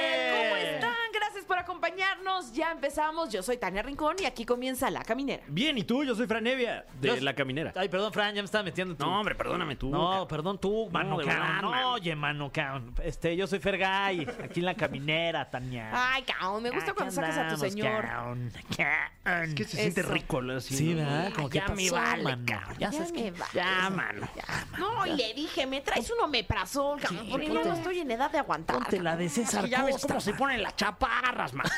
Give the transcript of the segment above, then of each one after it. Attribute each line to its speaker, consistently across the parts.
Speaker 1: ¡Eh!
Speaker 2: están? Gracias por acompañarnos. Ya empezamos. Yo soy Tania Rincón y aquí comienza La Caminera.
Speaker 3: Bien, ¿y tú? Yo soy Fran Evia, de
Speaker 1: Yo-
Speaker 3: La Caminera.
Speaker 1: Ay, perdón, Fran, ya me estaba metiendo tú.
Speaker 3: No, hombre, perdóname tú.
Speaker 1: No, perdón tú.
Speaker 3: Mano
Speaker 1: no, de verdad,
Speaker 3: cabrón,
Speaker 1: no,
Speaker 3: man.
Speaker 1: oye, mano, cabrón. Este, yo soy Fergay, aquí en la caminera, Tania.
Speaker 2: Ay, caón, Ah, me gusta
Speaker 1: Aquí
Speaker 2: cuando sacas a tu
Speaker 1: Ah, andamos,
Speaker 2: señor.
Speaker 1: cabrón, cabrón.
Speaker 3: Es que se
Speaker 2: Eso.
Speaker 3: siente rico hablar así.
Speaker 1: Sí,
Speaker 3: ¿no?
Speaker 1: ¿verdad? Como que
Speaker 2: ya me
Speaker 1: pasó,
Speaker 2: vale,
Speaker 1: mano?
Speaker 2: cabrón,
Speaker 1: Ya
Speaker 2: ya
Speaker 1: sabes
Speaker 2: me
Speaker 1: que...
Speaker 2: vale.
Speaker 1: Ya, mano.
Speaker 2: No, y le dije, me traes un omeprazol, caón, porque no,
Speaker 1: ponte-
Speaker 2: no estoy en edad de aguantar.
Speaker 1: Ponte la de César
Speaker 2: Ya ves
Speaker 1: Costa.
Speaker 2: cómo se
Speaker 1: ponen las chaparras, mano.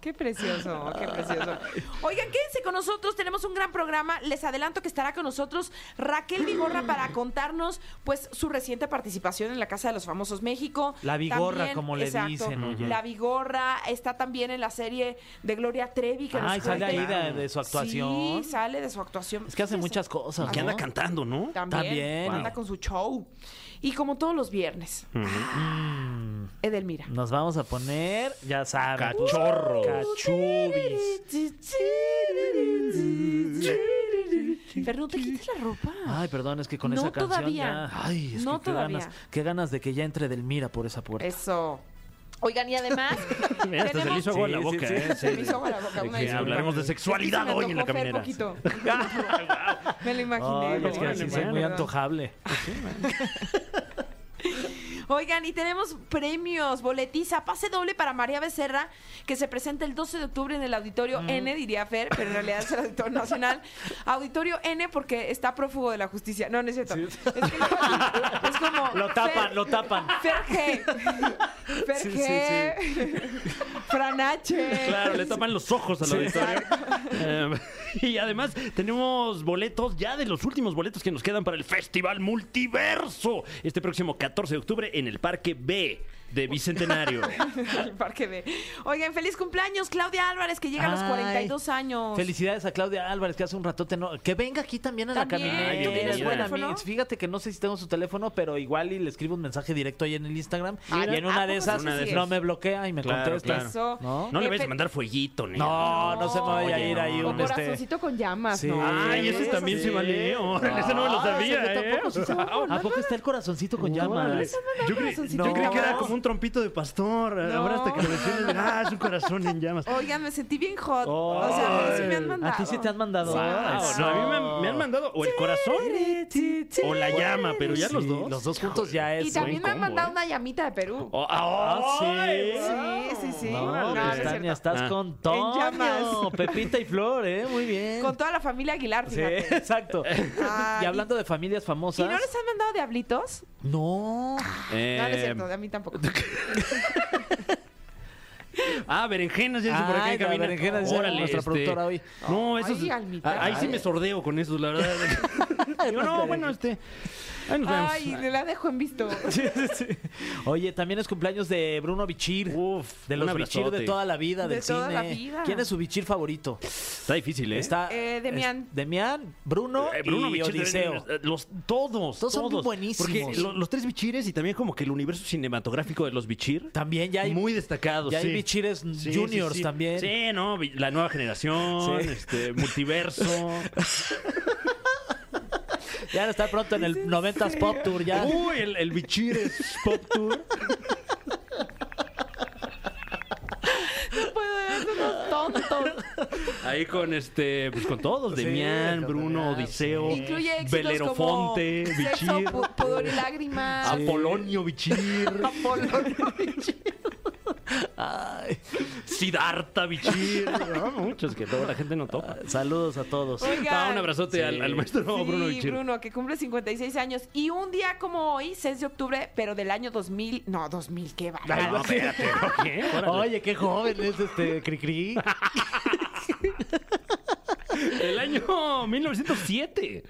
Speaker 2: Qué precioso, qué precioso. Oigan, quédense con nosotros, tenemos un gran programa. Les adelanto que estará con nosotros Raquel Vigorra para contarnos pues su reciente participación en la Casa de los Famosos México.
Speaker 1: La Vigorra, como le dicen, oye.
Speaker 2: La Vigorra está también en la serie de Gloria Trevi que nos
Speaker 1: Ay, sale ahí
Speaker 2: cuente-
Speaker 1: de, de su actuación.
Speaker 2: Sí, sale de su actuación.
Speaker 1: Es que hace
Speaker 2: Fíjese,
Speaker 1: muchas cosas,
Speaker 2: Ajá.
Speaker 3: Que anda
Speaker 1: ¿no?
Speaker 3: cantando, ¿no?
Speaker 2: También,
Speaker 1: También.
Speaker 2: anda
Speaker 1: Wow. Mm.
Speaker 2: con su show. Y como todos los viernes. Ah, Edelmira.
Speaker 1: Nos vamos a poner, ya sabes.
Speaker 3: Cachorro.
Speaker 1: Cachubis.
Speaker 2: Pero no te quites la ropa.
Speaker 1: Ay, perdón, es que con
Speaker 2: Ah. No
Speaker 1: esa canción
Speaker 2: todavía.
Speaker 1: ya. Ay, es
Speaker 2: No
Speaker 1: que qué
Speaker 2: todavía.
Speaker 1: ganas, qué ganas de que ya entre Delmira por esa puerta.
Speaker 2: Eso. Oigan, y además.
Speaker 3: Mira, hasta se le hizo agua
Speaker 1: Sí,
Speaker 3: a la
Speaker 1: sí,
Speaker 3: boca.
Speaker 1: sí,
Speaker 3: ¿eh?
Speaker 1: sí.
Speaker 2: Se me hizo agua la boca,
Speaker 3: De
Speaker 2: una
Speaker 3: que
Speaker 2: disculpa.
Speaker 3: hablaremos de
Speaker 2: Es que se
Speaker 3: sexualidad
Speaker 2: me
Speaker 3: hoy en la
Speaker 2: antojó, Fer,
Speaker 3: caminera.
Speaker 2: poquito. Me lo imaginé.
Speaker 1: Ay,
Speaker 2: me
Speaker 1: es
Speaker 2: lo
Speaker 1: que así
Speaker 2: imaginé,
Speaker 1: soy muy
Speaker 2: perdón.
Speaker 1: antojable.
Speaker 2: Oigan, y tenemos premios, boletiza, pase doble para María Becerra, que se presenta el 12 de octubre en el Auditorio N, diría Fer, pero en realidad es el Auditorio Nacional. Auditorio N porque está prófugo de la justicia. No, no es cierto. Es, que luego así, es como...
Speaker 1: Lo tapan,
Speaker 2: Fer-
Speaker 1: lo tapan.
Speaker 2: Fer G. Fer
Speaker 1: Sí,
Speaker 2: G. Fran H.
Speaker 3: Claro, le tapan los ojos al auditorio. Eh, y además tenemos boletos ya de los últimos boletos que nos quedan para el Festival Multiverso. Este próximo 14 de octubre en el Parque B de Bicentenario.
Speaker 2: El Parque B. Oigan, feliz cumpleaños, Claudia Álvarez, que llega a los
Speaker 1: Ay,
Speaker 2: 42 años.
Speaker 1: Felicidades a Claudia Álvarez, que hace un ratote no. Que venga aquí también a la
Speaker 2: También,
Speaker 1: caminera.
Speaker 3: ¿tú tienes
Speaker 1: Es buena
Speaker 2: teléfono?
Speaker 1: Mix. Fíjate que no sé si tengo su teléfono, pero igual y le escribo un mensaje directo ahí en el Instagram.
Speaker 2: Ah,
Speaker 1: y en una
Speaker 2: ¿a
Speaker 1: de
Speaker 2: poco
Speaker 1: esas
Speaker 2: sí Una de
Speaker 1: no
Speaker 2: esas?
Speaker 1: me bloquea y me
Speaker 3: Claro,
Speaker 1: contesta.
Speaker 3: claro.
Speaker 2: Eso.
Speaker 1: ¿no?
Speaker 3: No le
Speaker 2: Eh,
Speaker 3: vayas a
Speaker 2: Fer-
Speaker 3: mandar fueguito, ni
Speaker 1: No, no, se me vaya a
Speaker 3: Oye,
Speaker 1: ir ahí
Speaker 3: no,
Speaker 2: O
Speaker 1: un
Speaker 3: no.
Speaker 1: este.
Speaker 2: corazoncito con llamas,
Speaker 1: Sí.
Speaker 2: ¿no?
Speaker 3: Ay, ese
Speaker 2: Eso
Speaker 3: también
Speaker 2: sí.
Speaker 3: se vale. Órale, ese no me lo
Speaker 2: Ah, ese
Speaker 3: sabía, ¿eh?
Speaker 2: tampoco sí se va a
Speaker 3: Au.
Speaker 2: poner.
Speaker 1: ¿A poco está el corazoncito con
Speaker 3: Órale.
Speaker 1: llamas?
Speaker 3: Yo, creí-
Speaker 2: corazoncito
Speaker 3: yo creí
Speaker 2: en
Speaker 3: que era
Speaker 2: llamas.
Speaker 3: como un trompito de pastor. Ahora hasta que lo mencionas, ah, es un corazón en llamas.
Speaker 2: Oigan, me sentí bien hot.
Speaker 3: Oh.
Speaker 2: o sea, a mí sí me han mandado.
Speaker 1: ¿A ti sí te han mandado?
Speaker 3: Ah,
Speaker 1: Wow.
Speaker 3: no, a mí me han, me han mandado o el corazón o la llama, pero ya los
Speaker 1: Sí,
Speaker 3: dos.
Speaker 1: Los dos juntos ya es.
Speaker 2: Y también
Speaker 3: buen
Speaker 2: me han
Speaker 3: combo,
Speaker 2: mandado
Speaker 3: ¿eh?
Speaker 2: una llamita de Perú.
Speaker 3: Oh, ah,
Speaker 1: Ay,
Speaker 3: sí.
Speaker 2: Sí, sí, sí.
Speaker 1: No,
Speaker 2: No, no
Speaker 1: pues,
Speaker 2: es cierto.
Speaker 1: Tania, estás
Speaker 3: Ah.
Speaker 1: con todo.
Speaker 2: llamas.
Speaker 1: Pepita y Flor, ¿eh? Muy bien.
Speaker 2: Con toda la familia Aguilar,
Speaker 1: Sí,
Speaker 2: fíjate.
Speaker 1: exacto.
Speaker 2: Ay.
Speaker 1: y hablando de familias
Speaker 2: ¿Y
Speaker 1: famosas.
Speaker 2: no les han mandado diablitos?
Speaker 1: No.
Speaker 2: No, no es
Speaker 3: Eh,
Speaker 2: cierto, a mí tampoco.
Speaker 3: ah, berenjenas, ya dice por acá
Speaker 1: Ay,
Speaker 3: en
Speaker 1: la
Speaker 3: cabina. este,
Speaker 1: berenjena es nuestra productora hoy.
Speaker 3: No,
Speaker 2: Ay,
Speaker 3: eso es-
Speaker 2: Almita.
Speaker 3: Ahí sí me sordeo con eso, la verdad. Digo, no, bueno, este. Ahí nos vemos.
Speaker 2: Ay, le la dejo en visto.
Speaker 1: Sí, sí, sí. Oye, también es cumpleaños de Bruno Bichir.
Speaker 3: Uf,
Speaker 1: de
Speaker 3: un
Speaker 1: los
Speaker 3: abrazote.
Speaker 1: Bichir de toda la vida,
Speaker 2: De
Speaker 1: del
Speaker 2: toda
Speaker 1: cine.
Speaker 2: la vida.
Speaker 1: ¿Quién es su Bichir favorito?
Speaker 3: Está difícil, ¿eh?
Speaker 1: Está.
Speaker 2: Eh, Demián.
Speaker 1: es- Demián, Bruno,
Speaker 3: Eh, Bruno
Speaker 1: y
Speaker 3: Bichir debe
Speaker 1: Odiseo.
Speaker 3: tener- eh, los, todos,
Speaker 1: Todos son buenísimos.
Speaker 3: Porque lo- los tres bichires y también como que el universo cinematográfico de los bichir.
Speaker 1: También ya hay,
Speaker 3: muy destacados.
Speaker 1: ya hay
Speaker 3: sí.
Speaker 1: Bichires
Speaker 3: Sí,
Speaker 1: Juniors
Speaker 3: sí, sí.
Speaker 1: también.
Speaker 3: Sí, no, vi- la nueva generación,
Speaker 1: Sí.
Speaker 3: este, multiverso.
Speaker 1: Ya está pronto en el 90s Pop Tour. Ya.
Speaker 3: Uy, el, el bichires pop tour.
Speaker 2: No puedo ver unos tontos.
Speaker 3: Ahí con este, pues con todos,
Speaker 1: Sí,
Speaker 3: Demián,
Speaker 1: con
Speaker 3: Bruno,
Speaker 1: Demián,
Speaker 3: Odiseo,
Speaker 2: Incluye éxitos
Speaker 3: Belerofonte,
Speaker 2: como sexo,
Speaker 3: Bichir,
Speaker 2: pu- pudor y
Speaker 1: Ah,
Speaker 2: lágrimas.
Speaker 3: Apolonio Bichir,
Speaker 2: Apolo.
Speaker 1: Ay,
Speaker 3: Siddhartha Bichir, ¿no? muchos que toda la gente no topa.
Speaker 1: saludos a todos.
Speaker 2: Oigan.
Speaker 3: Ah, un abrazote
Speaker 1: Sí.
Speaker 3: al, al maestro
Speaker 2: Sí,
Speaker 3: Bruno Bichir.
Speaker 2: Bruno, que cumple 56 años. Y un día como hoy, 6 de octubre, pero del año 2000. No, 2000, qué va.
Speaker 1: Ah,
Speaker 3: Ay, no, espérate, ¿no? ¿Qué? Órale.
Speaker 1: Oye, qué joven es este Cricri.
Speaker 3: El año 1907.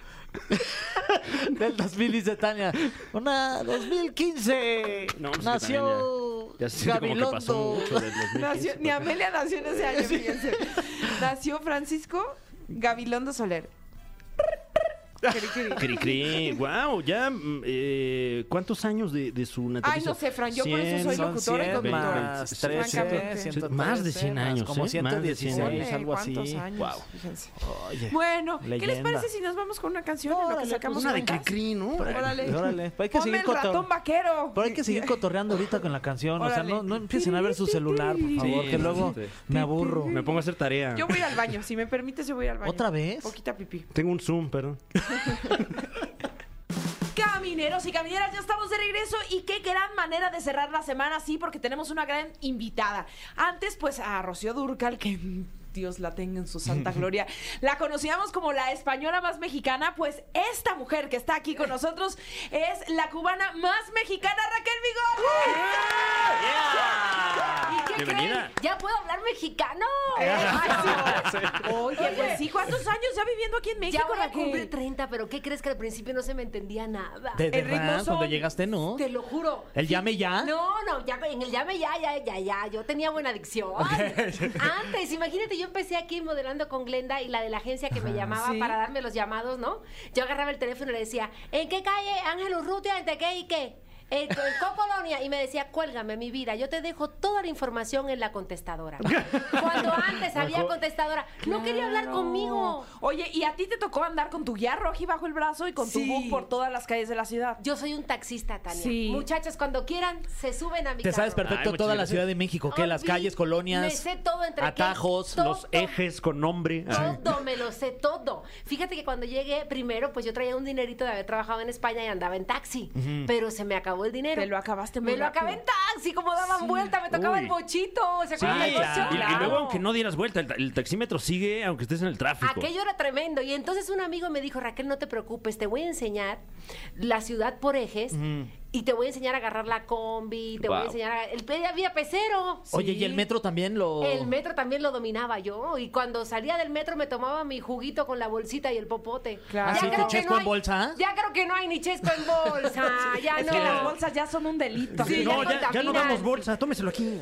Speaker 1: Del 2000 dice Tania. Una 2015.
Speaker 3: No, pues,
Speaker 1: Nació
Speaker 3: Ya se siente como que pasó
Speaker 1: Gabilondo.
Speaker 3: mucho del 2015.
Speaker 2: Nació- ni Amelia nació en ese año, fíjense. Nació Francisco Gabilondo Soler. Cri, cri.
Speaker 3: Cri, cri. Wow, ya. mm, eh, ¿Cuántos años de, de su
Speaker 2: Ay,
Speaker 3: natalicio?
Speaker 2: no sé, Fran, yo por eso soy
Speaker 3: Cien,
Speaker 1: Son
Speaker 2: locutora y
Speaker 1: 100
Speaker 2: conductora.
Speaker 1: más
Speaker 3: Sí,
Speaker 1: 13,
Speaker 2: francamente.
Speaker 1: 113,
Speaker 3: Más de 100
Speaker 1: más
Speaker 3: años,
Speaker 1: Como
Speaker 3: ¿eh? Más de 100
Speaker 2: Ponle
Speaker 1: 116, algo así.
Speaker 2: cuántos años,
Speaker 1: Wow.
Speaker 2: fíjense.
Speaker 1: Oye,
Speaker 2: Bueno, ¿qué les
Speaker 1: Leyenda.
Speaker 2: parece si nos vamos con una canción en lo que
Speaker 1: Órale, pues
Speaker 2: sacamos
Speaker 3: Una de
Speaker 2: cuentas?
Speaker 3: Cricri, ¿no?
Speaker 2: Órale.
Speaker 1: Órale, pues hay que
Speaker 2: Ponme el
Speaker 1: seguir cotor-
Speaker 2: ratón vaquero.
Speaker 1: Pero hay que seguir cotorreando ahorita con la canción. O sea,
Speaker 2: Órale.
Speaker 1: no, no empiecen a ver su celular, por favor,
Speaker 3: Sí,
Speaker 1: que
Speaker 3: sí,
Speaker 1: luego
Speaker 3: sí.
Speaker 1: me aburro.
Speaker 3: Me pongo a hacer tarea.
Speaker 2: Yo voy al baño, si me permites yo voy al baño.
Speaker 1: ¿Otra vez?
Speaker 2: Poquita pipí.
Speaker 3: Tengo un Zoom, perdón.
Speaker 2: Camineros y camineras, ya estamos de regreso y qué gran manera de cerrar la semana, sí, porque tenemos una gran invitada. Antes, pues a Rocío Durcal, que Dios la tenga en su santa gloria, la conocíamos como la española más mexicana, pues esta mujer que está aquí con nosotros es la cubana más mexicana, Raquel Vigor.
Speaker 4: ¿Y qué
Speaker 3: Bienvenida.
Speaker 4: creen? ¡Ya puedo hablar mexicano!
Speaker 2: Oye, pues sí, ¿cuántos años ya viviendo aquí en México,
Speaker 4: ya voy a
Speaker 2: Raquel?
Speaker 4: cumplir 30, pero ¿qué crees que al principio no se me entendía nada?
Speaker 1: De
Speaker 2: El ritmo
Speaker 1: verdad,
Speaker 2: son- este
Speaker 1: cuando llegaste, ¿no?
Speaker 4: Te lo juro.
Speaker 1: ¿El llame ya?
Speaker 4: No, no, ya, en el llame ya, ya, ya, ya. Yo tenía buena adicción. Antes, imagínate, yo empecé aquí modelando con Glenda y la de la agencia que me llamaba
Speaker 2: Sí.
Speaker 4: para darme los llamados, ¿no? Yo agarraba el teléfono y le decía, ¿en qué calle Ángel Urrutia, entre qué y qué? En en qué colonia? Y me decía, cuélgame mi vida, yo te dejo toda la información en la contestadora. Cuando antes había contestadora, no quería hablar
Speaker 2: Claro.
Speaker 4: conmigo.
Speaker 2: Oye, ¿y a ti te tocó andar con tu guía roji bajo el brazo y con
Speaker 4: Sí.
Speaker 2: tu book por todas las calles de la ciudad?
Speaker 4: Yo soy un taxista, Tania.
Speaker 2: Sí.
Speaker 4: Muchachas, cuando quieran, se suben a mi
Speaker 1: Te sabes
Speaker 4: carro.
Speaker 3: Ay,
Speaker 1: perfecto
Speaker 3: muchas
Speaker 1: toda la
Speaker 3: gracias.
Speaker 1: Ciudad de México, que las
Speaker 4: Olvi-
Speaker 1: calles,
Speaker 4: me
Speaker 1: colonias,
Speaker 4: sé todo entre qué,
Speaker 1: atajos,
Speaker 4: todo.
Speaker 3: Los ejes con nombre. Ah.
Speaker 4: Todo, me lo sé todo. Fíjate que cuando llegué, primero, pues yo traía un dinerito de haber trabajado en España y andaba en taxi. Pero se me acabó el dinero.
Speaker 2: Te lo acabaste muy
Speaker 4: Me lo
Speaker 2: rápido.
Speaker 4: acabé en taxi, como daban vuelta, me tocaba
Speaker 3: Uy.
Speaker 4: el bochito. ¿Se
Speaker 3: Sí,
Speaker 4: acuerdan del bochito?
Speaker 3: y- Y, luego, aunque no dieras vuelta, el, el taxímetro sigue aunque estés en el tráfico.
Speaker 4: Aquello era tremendo. Y entonces un amigo me dijo, Raquel, no te preocupes, te voy a enseñar la ciudad por ejes y te voy a enseñar a agarrar la combi, te voy a
Speaker 3: Wow.
Speaker 4: enseñar a... El, había pecero.
Speaker 1: Oye, ¿y el metro también lo...?
Speaker 4: El metro también lo dominaba yo y cuando salía del metro me tomaba mi juguito con la bolsita y el popote.
Speaker 2: Claro. ¿Ah, sí, tu
Speaker 4: creo que
Speaker 1: chesco
Speaker 4: no
Speaker 1: en
Speaker 4: hay-
Speaker 1: bolsa?
Speaker 4: Ya creo que no hay ni chesco en bolsa, ya
Speaker 2: Es
Speaker 4: no.
Speaker 2: que las bolsas ya son un delito.
Speaker 4: Sí,
Speaker 3: no, ya, ya no
Speaker 4: contaminan.
Speaker 3: damos bolsa, tómeselo aquí.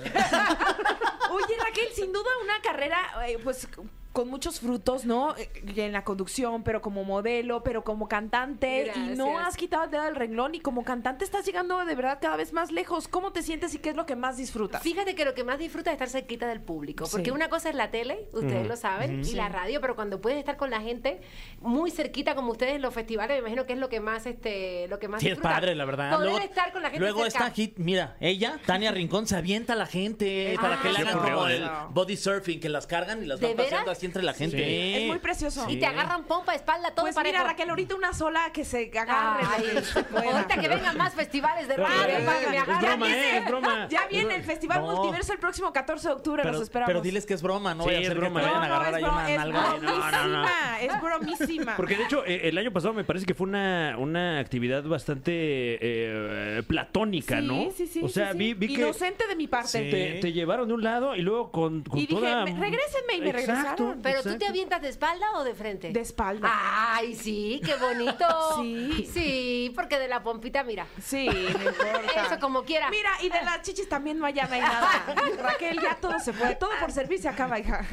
Speaker 2: Oye, Raquel, sin duda una carrera, eh, pues con muchos frutos, ¿no? Eh, En la conducción, pero como modelo, pero como cantante. Y no
Speaker 4: Gracias.
Speaker 2: has quitado el dedo del renglón y como cantante estás llegando de verdad cada vez más lejos. ¿Cómo te sientes y qué es lo que más disfrutas?
Speaker 4: Fíjate que lo que más disfruta es estar cerquita del público, porque
Speaker 2: Sí.
Speaker 4: una cosa es la tele, ustedes lo saben, y la radio, pero cuando puedes estar con la gente muy cerquita como ustedes en los festivales, me imagino que es lo que más este lo que más
Speaker 1: Sí, es
Speaker 4: disfrutas.
Speaker 1: padre, la verdad.
Speaker 4: Poder estar con la gente
Speaker 1: Luego
Speaker 4: cerca.
Speaker 1: está hit, mira, ella, Tania Rincón, se avienta a la gente
Speaker 4: Ah,
Speaker 1: para que le
Speaker 4: sí
Speaker 1: hagan
Speaker 3: ocurrió,
Speaker 1: como
Speaker 3: ¿eh?
Speaker 1: el body surfing, que las cargan y las
Speaker 4: ¿De
Speaker 1: van paseando
Speaker 4: veras?
Speaker 1: así entre la gente.
Speaker 3: Sí.
Speaker 2: Es muy precioso.
Speaker 4: Y te agarran pompa, espalda, todo
Speaker 2: Pues
Speaker 4: para
Speaker 2: mira, Raquel, ahorita una sola que se agarre.
Speaker 4: Ay,
Speaker 2: lo que se pueda.
Speaker 4: ahorita que vengan más festivales de radio
Speaker 2: eh,
Speaker 4: para que me
Speaker 2: es
Speaker 4: agarren.
Speaker 3: broma, eh, es broma.
Speaker 2: Ya viene el Festival
Speaker 1: No.
Speaker 2: Multiverso el próximo 14 de octubre,
Speaker 1: Pero,
Speaker 2: los esperamos.
Speaker 1: pero diles que es broma, no
Speaker 3: Sí,
Speaker 1: voy a
Speaker 3: es
Speaker 1: hacer
Speaker 3: broma.
Speaker 1: que te
Speaker 2: No,
Speaker 1: vayan a
Speaker 2: no,
Speaker 1: agarrar
Speaker 2: es,
Speaker 1: ahí
Speaker 2: bro-
Speaker 1: una
Speaker 2: es
Speaker 1: nalga.
Speaker 3: bro-
Speaker 2: bromísima,
Speaker 3: No, no, no.
Speaker 2: es bromísima.
Speaker 3: Porque de hecho, eh, el año pasado me parece que fue una, una actividad bastante eh, platónica,
Speaker 2: sí,
Speaker 3: ¿no?
Speaker 2: sí, sí,
Speaker 3: O sea,
Speaker 2: sí, sí.
Speaker 3: vi, vi que
Speaker 2: Inocente de mi parte.
Speaker 3: te, te llevaron de un lado y luego con, con
Speaker 2: Y dije,
Speaker 3: toda.
Speaker 2: "Me- regrésenme", y me regresaron.
Speaker 4: Pero tú te
Speaker 3: exacto.
Speaker 4: avientas de espalda o de frente?
Speaker 2: De espalda.
Speaker 4: Ay, sí, qué bonito.
Speaker 2: Sí.
Speaker 4: Sí, porque de la pompita, mira.
Speaker 2: Sí, no importa.
Speaker 4: Eso como quiera.
Speaker 2: Mira, y de las chichis también no hay nada. Raquel, ya todo se puede. Todo por servir se acaba, hija.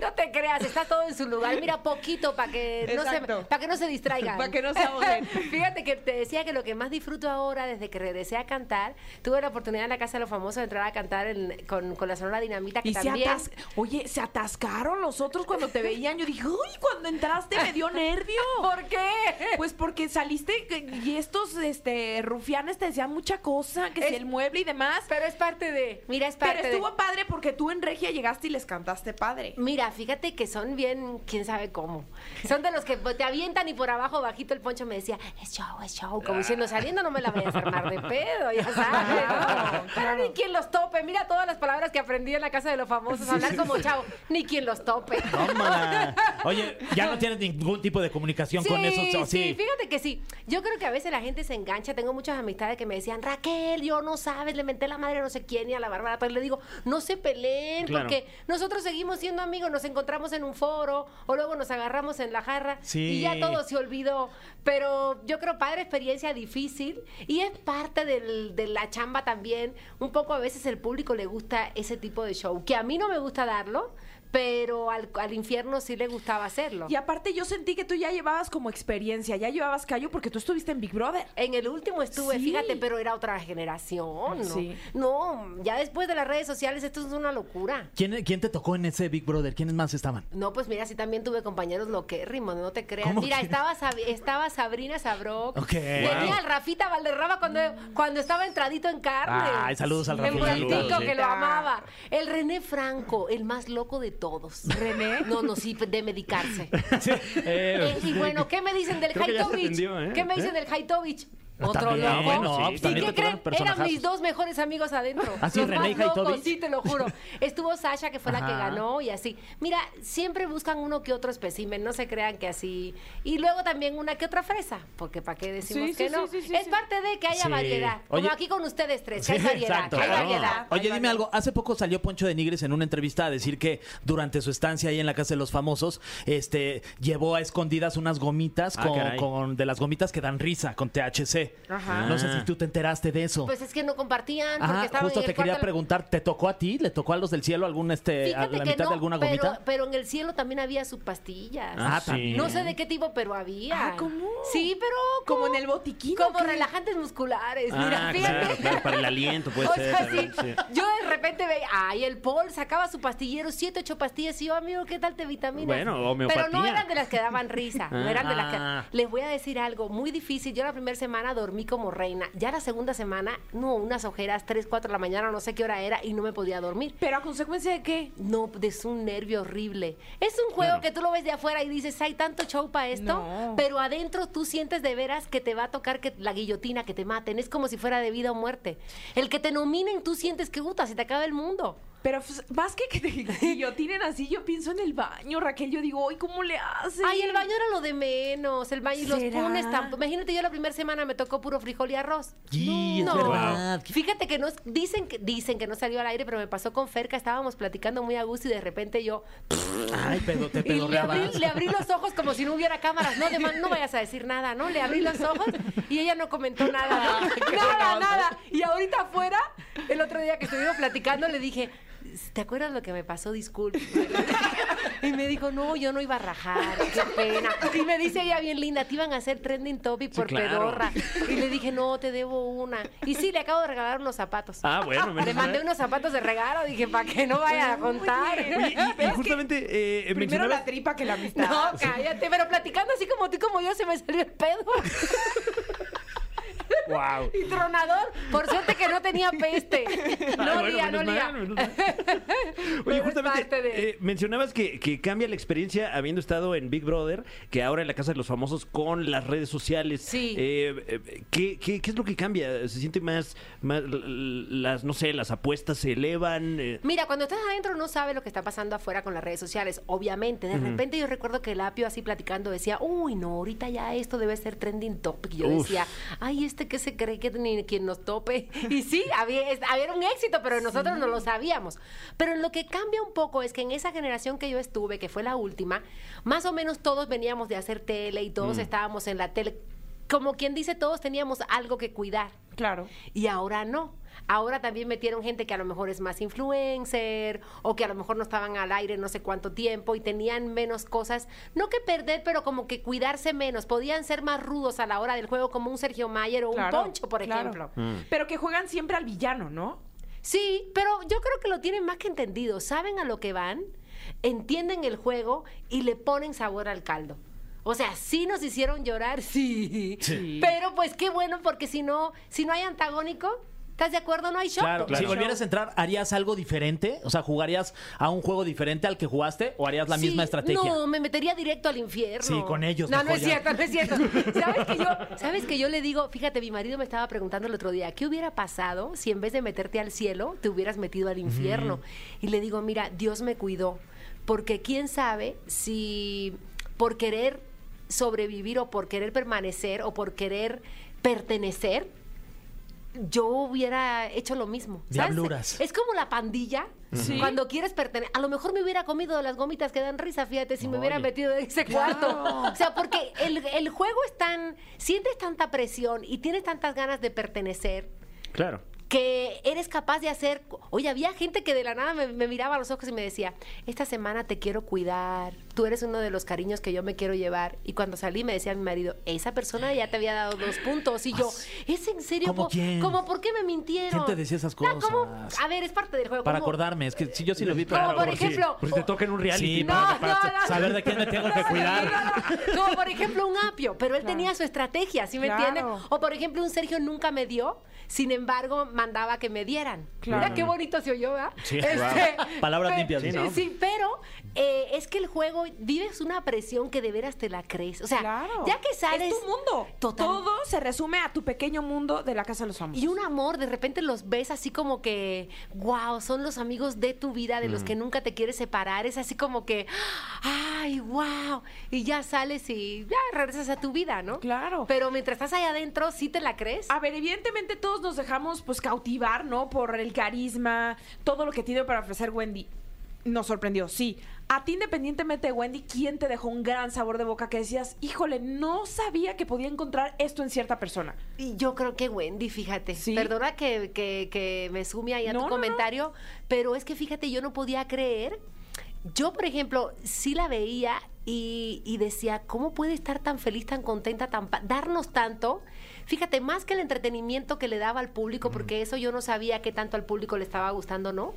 Speaker 4: No te creas, está todo en su lugar. Mira, poquito para que, no
Speaker 2: Exacto.
Speaker 4: se, para que no se distraigan.
Speaker 2: Pa' que no se ahoguen.
Speaker 4: Fíjate que te decía que lo que más disfruto ahora, desde que regresé a cantar, tuve la oportunidad en la Casa de los Famosos de entrar a cantar en- con, con la Sonora Dinamita, que
Speaker 2: Y se
Speaker 4: también...
Speaker 2: atas... Oye, se atascaron los otros cuando te veían. Yo dije, uy, cuando entraste me dio nervio.
Speaker 4: ¿Por qué?
Speaker 2: Pues porque saliste y estos este, rufianes te decían mucha cosa, que si
Speaker 4: Es-
Speaker 2: el mueble y demás.
Speaker 4: Pero es parte de. Mira, es parte
Speaker 2: Pero
Speaker 4: de- Mm,
Speaker 2: estuvo padre porque tú en Regia llegaste y les cantaste padre.
Speaker 4: Mira, fíjate que son bien, quién sabe cómo. Son de los que te avientan y por abajo bajito el poncho me decía, es show, es show. Como diciendo, saliendo no me la vayas a armar de pedo, ya sabes.
Speaker 2: Claro,
Speaker 4: ¿no? Pero ni quien los tope. Mira todas las palabras que aprendí en la casa de los famosos. Hablar como chavo, ni quien los tope.
Speaker 1: Tómala. Oye, ya no tienes ningún tipo de comunicación con eso. o
Speaker 4: sí,
Speaker 1: sí.
Speaker 4: fíjate que sí. Yo creo que a veces la gente se engancha. Tengo muchas amistades que me decían, Raquel, yo no sabes, le menté la madre a no sé quién y a la Bárbara. Pero le digo, no se peleen,
Speaker 3: Claro.
Speaker 4: porque nosotros seguimos siendo amigos, nos encontramos en un foro o luego nos agarramos en la jarra
Speaker 1: Sí.
Speaker 4: y ya todo se olvidó. Pero yo creo, padre, experiencia difícil y es parte del- de la chamba también. Un poco a veces el público le gusta ese tipo de show, que a mí no me gusta darlo. pero al, al infierno sí le gustaba hacerlo.
Speaker 2: Y aparte yo sentí que tú ya llevabas como experiencia, ya llevabas callo porque tú estuviste en Big Brother.
Speaker 4: En el último estuve,
Speaker 2: Sí.
Speaker 4: fíjate, pero era otra generación. ¿no?
Speaker 2: Sí.
Speaker 4: no, ya después de las redes sociales esto es una locura.
Speaker 1: ¿Quién, ¿Quién te tocó en ese Big Brother? ¿Quiénes más estaban?
Speaker 4: No, pues mira, sí también tuve compañeros loquérrimos, no te creas.
Speaker 1: ¿Cómo
Speaker 4: Mira,
Speaker 1: que?
Speaker 4: estaba, Sab- estaba Sabrina Sabrok.
Speaker 1: Ok.
Speaker 4: Tenía al Rafita Valderrama cuando, cuando estaba entradito en carne.
Speaker 1: Ay, saludos al
Speaker 4: En
Speaker 1: Rafita.
Speaker 4: Puertico, que lo
Speaker 2: Rafita.
Speaker 4: amaba. El René Franco, el más loco de todos. ¿René? No, no, sí, de medicarse. Eh, y bueno, ¿qué me dicen del
Speaker 3: Creo que ya se
Speaker 4: Haitovich?
Speaker 3: atendió, ¿eh?
Speaker 4: ¿Qué me dicen
Speaker 3: ¿Eh?
Speaker 4: del Haitovich? Otro
Speaker 1: Ah, También,
Speaker 4: loco.
Speaker 1: bueno,
Speaker 3: sí,
Speaker 4: ¿Y
Speaker 3: también
Speaker 1: te
Speaker 4: qué
Speaker 1: tocaron
Speaker 4: creen? Eran mis
Speaker 1: personajazos.
Speaker 4: dos mejores amigos adentro.
Speaker 1: Ah, sí,
Speaker 4: Los
Speaker 1: René
Speaker 4: más locos,
Speaker 1: Haitovich.
Speaker 4: sí, te lo juro. Estuvo Sasha, que fue la que
Speaker 1: Ajá.
Speaker 4: ganó y así. Mira, siempre buscan uno que otro espécimen, no se crean que así. Y luego también una que otra fresa, porque ¿para qué decimos
Speaker 2: Sí,
Speaker 4: que
Speaker 2: sí,
Speaker 4: no?
Speaker 2: sí, sí, sí,
Speaker 4: es
Speaker 2: sí.
Speaker 4: parte de que haya
Speaker 1: Sí.
Speaker 4: variedad.
Speaker 1: Oye-
Speaker 4: Como aquí con ustedes tres, que hay
Speaker 1: Sí,
Speaker 4: variedad,
Speaker 1: exacto,
Speaker 4: que hay
Speaker 1: claro.
Speaker 4: variedad.
Speaker 1: Oye,
Speaker 4: hay
Speaker 1: dime
Speaker 4: variedad.
Speaker 1: algo. Hace poco salió Poncho de Nigres en una entrevista a decir que durante su estancia ahí en la casa de los famosos, este, llevó a escondidas unas gomitas
Speaker 3: Ah,
Speaker 1: con,
Speaker 3: caray.
Speaker 1: con- de las gomitas que dan risa con THC.
Speaker 2: Ajá.
Speaker 1: No sé
Speaker 3: Ah.
Speaker 1: si tú te enteraste de eso.
Speaker 4: Pues es que no compartían, porque
Speaker 1: Ajá,
Speaker 4: estaban
Speaker 1: justo
Speaker 4: en el
Speaker 1: te quería
Speaker 4: cuarto-
Speaker 1: preguntar, ¿te tocó a ti? ¿Le tocó a los del cielo algún
Speaker 3: eh,
Speaker 1: este a
Speaker 4: Fíjate
Speaker 1: la
Speaker 4: que
Speaker 1: mitad
Speaker 4: no,
Speaker 1: de alguna
Speaker 4: pero,
Speaker 1: gomita?
Speaker 4: pero en el cielo también había sus pastillas.
Speaker 1: Ah,
Speaker 3: sí.
Speaker 1: también.
Speaker 4: No sé de qué tipo, pero había.
Speaker 2: Ah, ¿cómo?
Speaker 4: Sí, pero
Speaker 2: Como en el botiquín, ¿o
Speaker 4: Como
Speaker 2: qué?
Speaker 4: relajantes musculares.
Speaker 3: Ah,
Speaker 4: mira, fíjate.
Speaker 3: claro, claro, para el aliento puede
Speaker 4: o
Speaker 3: ser
Speaker 4: sea, sí,
Speaker 3: también, sí.
Speaker 4: Yo de repente veía, ay, el Paul sacaba su pastillero, siete, ocho pastillas, y yo, amigo, ¿qué tal te vitaminas?
Speaker 3: Bueno, homeopatía.
Speaker 4: Pero no eran de las que daban risa, no eran de
Speaker 1: Ah.
Speaker 4: las que... Les voy a decir algo, muy difícil, yo la primera semana dormí como reina, ya la segunda semana, no, unas ojeras, tres, cuatro de la mañana, no sé qué hora era, y no me podía dormir.
Speaker 2: Pero a consecuencia de qué?
Speaker 4: No, es un nervio horrible. Es un juego que tú lo ves de afuera y dices, hay tanto show para esto,
Speaker 2: No.
Speaker 4: pero adentro tú sientes de veras que te va a tocar que la guillotina, que te maten. Es como si fuera de vida o muerte. El que te nominen, tú sientes que, puta, se te acaba el mundo.
Speaker 2: Pero pues, más que que te guillotinen así, yo pienso en el baño, Raquel. Yo digo, ay, ¿cómo le hacen?
Speaker 4: Ay, el baño era lo de menos. El baño y los
Speaker 2: ¿Será?
Speaker 4: punes tampoco. Imagínate, yo la primera semana me tocó puro frijol y arroz.
Speaker 1: Y, es verdad.
Speaker 4: Fíjate que no es- dicen que dicen que no salió al aire, pero me pasó con Ferca, estábamos platicando muy a gusto y de repente yo
Speaker 1: Ay, pero te
Speaker 4: Y le abrí,
Speaker 1: pedorreabas.
Speaker 4: le abrí los ojos como si no hubiera cámaras, ¿no? De man- no vayas a decir nada, ¿no? Le abrí los ojos y ella no comentó nada, ¿no? Nada, nada. Y ahorita afuera, el otro día que estuvimos platicando, le dije, ¿te acuerdas lo que me pasó? Disculpe. Y me dijo, no, yo no iba a rajar, qué pena. Y me dice ella bien linda, te iban a hacer trending topic por
Speaker 3: claro.
Speaker 4: pedorra. Y le dije, no, te debo una. Y sí, le acabo de regalar unos zapatos.
Speaker 3: Ah, bueno,
Speaker 4: Le
Speaker 3: menos mal.
Speaker 4: mandé unos zapatos de regalo, dije, para que no vaya a contar.
Speaker 3: Oye, y, y justamente eh,
Speaker 2: Primero
Speaker 3: mencionabas-
Speaker 2: la tripa que la amistad.
Speaker 4: No, cállate, pero platicando así como tú y como yo se me salió el pedo.
Speaker 3: Wow.
Speaker 4: Y tronador, por suerte que no tenía peste. No
Speaker 3: Ah, bueno,
Speaker 4: olía, no
Speaker 3: menos
Speaker 4: olía.
Speaker 3: mal, menos mal. Oye,
Speaker 4: Pero es
Speaker 3: justamente
Speaker 4: parte de-
Speaker 3: eh, mencionabas que, que cambia la experiencia habiendo estado en Big Brother, que ahora en la casa de los famosos con las redes sociales.
Speaker 4: Sí.
Speaker 3: Eh, eh, ¿qué, qué, qué es lo que cambia? ¿Se siente más, más l- l- las, no sé, las apuestas se elevan? Eh,
Speaker 4: Mira, cuando estás adentro no sabes lo que está pasando afuera con las redes sociales, obviamente. De repente yo recuerdo que el apio así platicando decía, uy, no, ahorita ya esto debe ser trending topic. Y yo
Speaker 3: Uf.
Speaker 4: decía, ay, este que se cree que ni quien nos tope. Y sí, había, es- había un éxito, pero nosotros no lo sabíamos. Pero lo que cambia un poco es que en esa generación que yo estuve, que fue la última, más o menos todos veníamos de hacer tele y todos estábamos en la tele. Como quien dice, todos teníamos algo que cuidar.
Speaker 2: Claro.
Speaker 4: Y ahora no. Ahora también metieron gente que a lo mejor es más influencer o que a lo mejor no estaban al aire no sé cuánto tiempo y tenían menos cosas, no que perder, pero como que cuidarse menos. Podían ser más rudos a la hora del juego como un Sergio Mayer o
Speaker 2: claro,
Speaker 4: un Poncho, por
Speaker 2: claro.
Speaker 4: ejemplo.
Speaker 2: Pero que juegan siempre al villano, ¿no?
Speaker 4: Sí, pero yo creo que lo tienen más que entendido. Saben a lo que van, entienden el juego y le ponen sabor al caldo. O sea, sí nos hicieron llorar, sí. Pero pues qué bueno, porque si no, si no hay antagónico, ¿estás de acuerdo? No hay show.
Speaker 1: Claro,
Speaker 3: claro.
Speaker 1: Si volvieras a entrar, ¿harías algo diferente? O sea, ¿jugarías a un juego diferente al que jugaste o harías la
Speaker 4: Sí,
Speaker 1: misma estrategia?
Speaker 4: No, me metería directo al infierno.
Speaker 1: Sí, con ellos
Speaker 4: No, no
Speaker 1: mejor
Speaker 4: es
Speaker 1: ya.
Speaker 4: cierto, no es cierto. ¿Sabes que, yo, ¿Sabes que yo le digo? Fíjate, mi marido me estaba preguntando el otro día, ¿qué hubiera pasado si en vez de meterte al cielo, te hubieras metido al infierno? Y le digo, mira, Dios me cuidó. Porque quién sabe si por querer sobrevivir o por querer permanecer o por querer pertenecer, yo hubiera hecho lo mismo. ¿sabes?
Speaker 1: Diabluras.
Speaker 4: Es como la pandilla.
Speaker 2: Sí.
Speaker 4: Cuando quieres pertenecer. A lo mejor me hubiera comido las gomitas que dan risa, fíjate, si me hubiera
Speaker 1: Oye.
Speaker 4: metido en ese
Speaker 2: Claro.
Speaker 4: cuarto. O sea, porque el, el juego es tan. Sientes tanta presión y tienes tantas ganas de pertenecer
Speaker 3: claro.
Speaker 4: que eres capaz de hacer. Oye, había gente que de la nada me, me miraba a los ojos y me decía: Esta semana te quiero cuidar, tú eres uno de los cariños que yo me quiero llevar. Y cuando salí, me decía mi marido: Esa persona ya te había dado dos puntos. Y yo, ¿es en serio?
Speaker 1: ¿Cómo
Speaker 4: Po-
Speaker 1: quién?
Speaker 4: ¿Cómo por qué me mintieron?
Speaker 1: ¿Quién te decía esas
Speaker 4: No, ¿cómo?
Speaker 1: cosas?
Speaker 4: A ver, es parte del juego.
Speaker 1: Para
Speaker 4: ¿cómo?
Speaker 1: acordarme, es que sí, yo sí lo vi, pero.
Speaker 4: Como por
Speaker 3: si-
Speaker 4: ejemplo-
Speaker 3: por si te toca en un reality.
Speaker 1: Sí,
Speaker 4: No,
Speaker 1: para, para
Speaker 4: no, no.
Speaker 1: saber de quién me tengo que cuidar.
Speaker 4: Como por ejemplo un apio, pero él tenía su estrategia, ¿sí me
Speaker 2: Claro.
Speaker 4: entiendes? O por ejemplo un Sergio nunca me dio, sin embargo mandaba que me dieran.
Speaker 2: Claro.
Speaker 4: Mira qué bonito se oyó, ¿verdad? Este,
Speaker 1: Sí, wow. Palabras
Speaker 4: pe-
Speaker 1: limpias,
Speaker 4: sí,
Speaker 1: ¿no?
Speaker 4: sí, pero eh, es que el juego vives una presión que de veras te la crees. O sea,
Speaker 2: Claro.
Speaker 4: ya que sales.
Speaker 2: Es tu mundo.
Speaker 4: Total.
Speaker 2: Todo se resume a tu pequeño mundo de la Casa de los Famosos.
Speaker 4: Y un amor, de repente los ves así como que, wow, son los amigos de tu vida, de los que nunca te quieres separar. Es así como que, ay, wow. Y ya sales y ya regresas a tu vida, ¿no?
Speaker 2: Claro. Ah.
Speaker 4: Pero mientras estás allá adentro, ¿sí te la crees?
Speaker 2: A ver, evidentemente todos nos dejamos pues cautivar, ¿no? Por el carisma, todo lo que tiene para ofrecer Wendy. Nos sorprendió, sí. A ti, independientemente de Wendy, ¿quién te dejó un gran sabor de boca que decías, híjole, no sabía que podía encontrar esto en cierta persona?
Speaker 4: Y yo creo que Wendy, fíjate.
Speaker 2: Sí.
Speaker 4: Perdona que, que- que me sume ahí a
Speaker 2: No, no,
Speaker 4: tu
Speaker 2: no.
Speaker 4: comentario, pero es que fíjate, yo no podía creer. Yo, por ejemplo, sí la veía y, y decía, ¿cómo puede estar tan feliz, tan contenta, tan pa- darnos tanto? Fíjate, más que el entretenimiento que le daba al público, porque eso yo no sabía qué tanto al público le estaba gustando o no.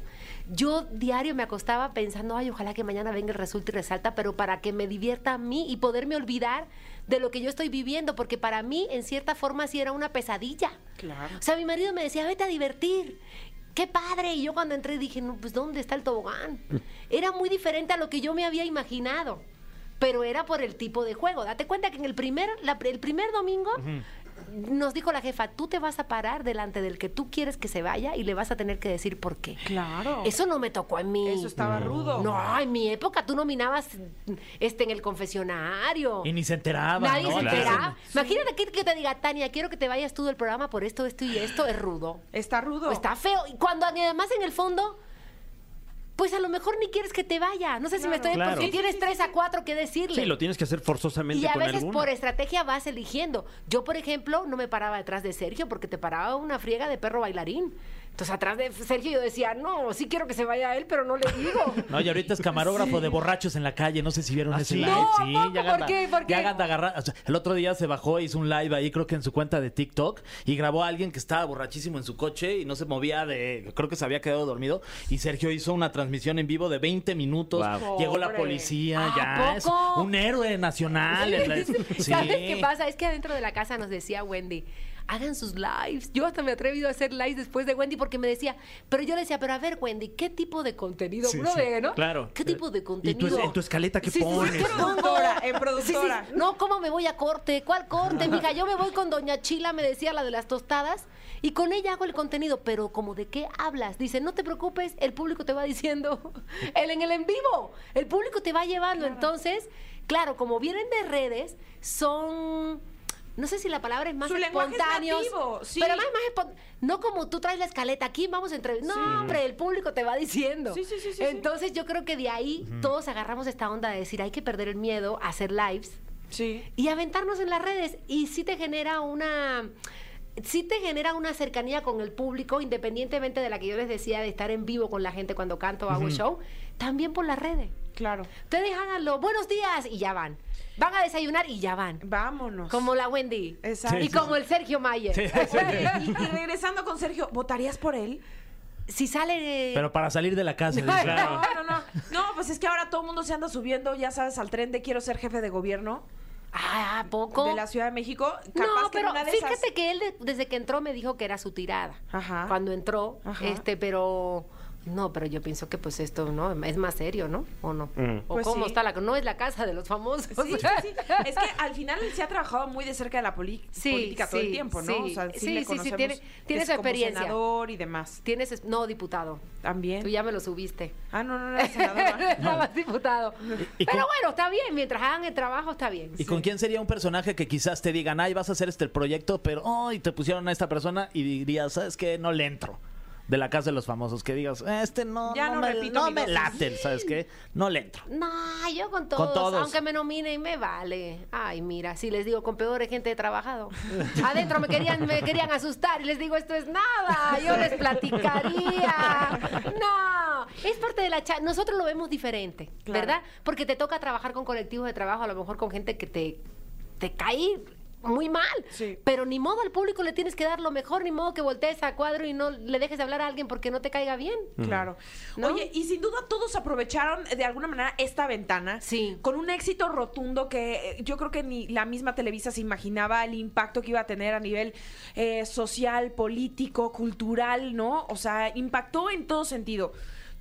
Speaker 4: Yo diario me acostaba pensando, ay, ojalá que mañana venga el resulta y resalta, pero para que me divierta a mí y poderme olvidar de lo que yo estoy viviendo, porque para mí, en cierta forma, sí era una pesadilla.
Speaker 2: Claro.
Speaker 4: O sea, mi marido me decía, vete a divertir. ¡Qué padre! Y yo cuando entré dije, no, pues ¿dónde está el tobogán? Era muy diferente a lo que yo me había imaginado. Pero era por el tipo de juego. Date cuenta que en el primer, la- el primer domingo nos dijo la jefa, tú te vas a parar delante del que tú quieres que se vaya y le vas a tener que decir por qué.
Speaker 2: Claro. Eso,
Speaker 4: Eso no me tocó a mí.
Speaker 2: estaba rudo.
Speaker 4: No, en mi época tú nominabas este, en el confesionario.
Speaker 1: Y ni se enteraba.
Speaker 4: Nadie
Speaker 1: ¿no?
Speaker 4: se
Speaker 1: Claro.
Speaker 4: enteraba. Imagínate que, que te diga, Tania, quiero que te vayas tú del programa por esto, esto y esto. Es rudo.
Speaker 2: Está rudo.
Speaker 4: Está feo. Y cuando además en el fondo, pues a lo mejor ni quieres que te vaya. No sé si me estoy...
Speaker 3: Claro.
Speaker 4: Porque tienes tres a cuatro que decirle.
Speaker 3: Sí, lo tienes que hacer forzosamente
Speaker 4: y a
Speaker 3: con
Speaker 4: veces
Speaker 3: alguno.
Speaker 4: por estrategia vas eligiendo. Yo, por ejemplo, no me paraba detrás de Sergio porque te paraba una friega de perro bailarín. Entonces atrás de Sergio yo decía, no, sí quiero que se vaya él, pero no le digo.
Speaker 1: No, y ahorita es camarógrafo de borrachos en la calle. No sé si vieron
Speaker 3: ¿Ah,
Speaker 1: ese
Speaker 3: sí?
Speaker 1: live.
Speaker 4: No,
Speaker 1: sí,
Speaker 4: ¿a poco?
Speaker 1: ya
Speaker 4: ¿Por qué? ¿Por
Speaker 1: ya
Speaker 4: qué?
Speaker 1: anda agarra- o sea, el otro día se bajó, hizo un live ahí, creo que en su cuenta de TikTok, y grabó a alguien que estaba borrachísimo en su coche y no se movía de. Creo que se había quedado dormido. Y Sergio hizo una transmisión en vivo de 20 minutos.
Speaker 3: Guau.
Speaker 1: Llegó la
Speaker 2: Pobre.
Speaker 1: policía,
Speaker 4: ¿A
Speaker 1: ya. Es
Speaker 4: poco?
Speaker 1: un héroe nacional. en la- Sí.
Speaker 4: ¿Sabes qué pasa? Es que adentro de la casa nos decía Wendy, hagan sus lives. Yo hasta me he atrevido a hacer lives después de Wendy porque me decía, pero yo le decía, pero a ver, Wendy, ¿qué tipo de contenido?
Speaker 1: Sí,
Speaker 4: Uno
Speaker 1: sí,
Speaker 4: de, ¿no?
Speaker 3: claro. Eh,
Speaker 4: ¿Qué tipo de
Speaker 3: ¿Y tú,
Speaker 4: contenido?
Speaker 3: en tu escaleta qué
Speaker 4: Sí, sí, sí,
Speaker 3: pones?
Speaker 4: ¿qué pongo?
Speaker 2: Productora, en
Speaker 4: Sí, sí,
Speaker 2: productora.
Speaker 4: sí. No, ¿cómo me voy a corte? ¿Cuál corte, mija? Yo me voy con Doña Chila, me decía la de las tostadas, y con ella hago el contenido, pero como de qué hablas? Dice, no te preocupes, el público te va diciendo, el en el en vivo, el público te va llevando. Entonces, claro, como vienen de redes, son... No sé si la palabra es más
Speaker 2: Su lenguaje es
Speaker 4: espontáneos,
Speaker 2: nativo, sí.
Speaker 4: pero más, más espon- no como tú traes la escaleta aquí vamos a entrevistar. No, hombre, el público te va diciendo.
Speaker 2: Sí, sí, sí, sí, sí.
Speaker 4: Entonces yo creo que de ahí todos agarramos esta onda de decir hay que perder el miedo, a hacer lives
Speaker 2: Sí.
Speaker 4: y aventarnos en las redes. Y sí te genera una. Sí te genera una cercanía con el público, independientemente de la que yo les decía de estar en vivo con la gente cuando canto o hago show, también por las redes.
Speaker 2: Claro.
Speaker 4: Ustedes háganlo, buenos días, y ya van. Van a desayunar y ya van.
Speaker 2: Vámonos.
Speaker 4: Como la Wendy.
Speaker 2: Exacto.
Speaker 4: Y como el Sergio Mayer.
Speaker 2: Oye, y, y regresando con Sergio, ¿votarías por él?
Speaker 4: Si sale.
Speaker 1: Pero para salir de la casa. dice.
Speaker 4: Claro.
Speaker 2: No, no, no. No, pues es que ahora todo el mundo se anda subiendo, ya sabes, al tren de quiero ser jefe de gobierno
Speaker 4: Ah, ¿a poco?
Speaker 2: de la Ciudad de México. Capaz
Speaker 4: No,
Speaker 2: que en
Speaker 4: pero
Speaker 2: una de
Speaker 4: fíjate
Speaker 2: esas-
Speaker 4: que él de- desde que entró me dijo que era su tirada.
Speaker 2: Ajá.
Speaker 4: Cuando entró,
Speaker 2: Ajá.
Speaker 4: este, pero no, pero yo pienso que pues esto no es más serio, ¿no? ¿O no?
Speaker 1: Mm.
Speaker 4: ¿O
Speaker 2: Pues
Speaker 4: cómo
Speaker 2: sí.
Speaker 4: está la no es la casa de los famosos?
Speaker 2: Sí, sí, sí. Es que al final él se ha trabajado muy de cerca de la poli-
Speaker 4: Sí,
Speaker 2: política todo el
Speaker 4: sí,
Speaker 2: tiempo, ¿no?
Speaker 4: sí.
Speaker 2: o sea, sí,
Speaker 4: Sí,
Speaker 2: le
Speaker 4: sí, sí,
Speaker 2: conocemos
Speaker 4: tiene-
Speaker 2: que
Speaker 4: tiene
Speaker 2: es
Speaker 4: su
Speaker 2: como
Speaker 4: experiencia.
Speaker 2: senador y demás.
Speaker 4: Tienes es- no diputado. Tú
Speaker 2: También.
Speaker 4: ya me lo subiste.
Speaker 2: Ah, no, no, no era senadora.
Speaker 4: Nada más diputado.
Speaker 1: ¿Y
Speaker 4: Pero
Speaker 1: cómo-
Speaker 4: bueno, está bien, mientras hagan el trabajo está bien.
Speaker 1: ¿Y con quién sería un personaje que quizás te digan, ay, vas a hacer este proyecto, pero hoy te pusieron a esta persona y dirías, ¿sabes qué? No le entro. de la casa de los famosos que digas, este no,
Speaker 2: Ya no
Speaker 1: me,
Speaker 2: repito
Speaker 1: no
Speaker 2: mi
Speaker 1: me
Speaker 2: dosis.
Speaker 1: late, el, ¿sabes qué? No le entro.
Speaker 4: No, yo con todos,
Speaker 1: todos.
Speaker 4: aunque me nominen, me vale. Ay, mira, si les digo, con peores gente he trabajado. Adentro me querían, me querían asustar y les digo, esto es nada, yo les platicaría. No, es parte de la cha- Nosotros lo vemos diferente,
Speaker 2: Claro.
Speaker 4: ¿verdad? Porque te toca trabajar con colectivos de trabajo, a lo mejor con gente que te, te cae muy mal.
Speaker 2: Sí.
Speaker 4: Pero ni modo al público le tienes que dar lo mejor, ni modo que voltees a cuadro y no le dejes de hablar a alguien porque no te caiga bien.
Speaker 2: Claro.
Speaker 4: ¿No?
Speaker 2: Oye, y sin duda todos aprovecharon de alguna manera esta ventana.
Speaker 4: Sí.
Speaker 2: Con un éxito rotundo que eh, yo creo que ni la misma Televisa se imaginaba el impacto que iba a tener a nivel eh, social, político, cultural, ¿no? O sea, impactó en todo sentido.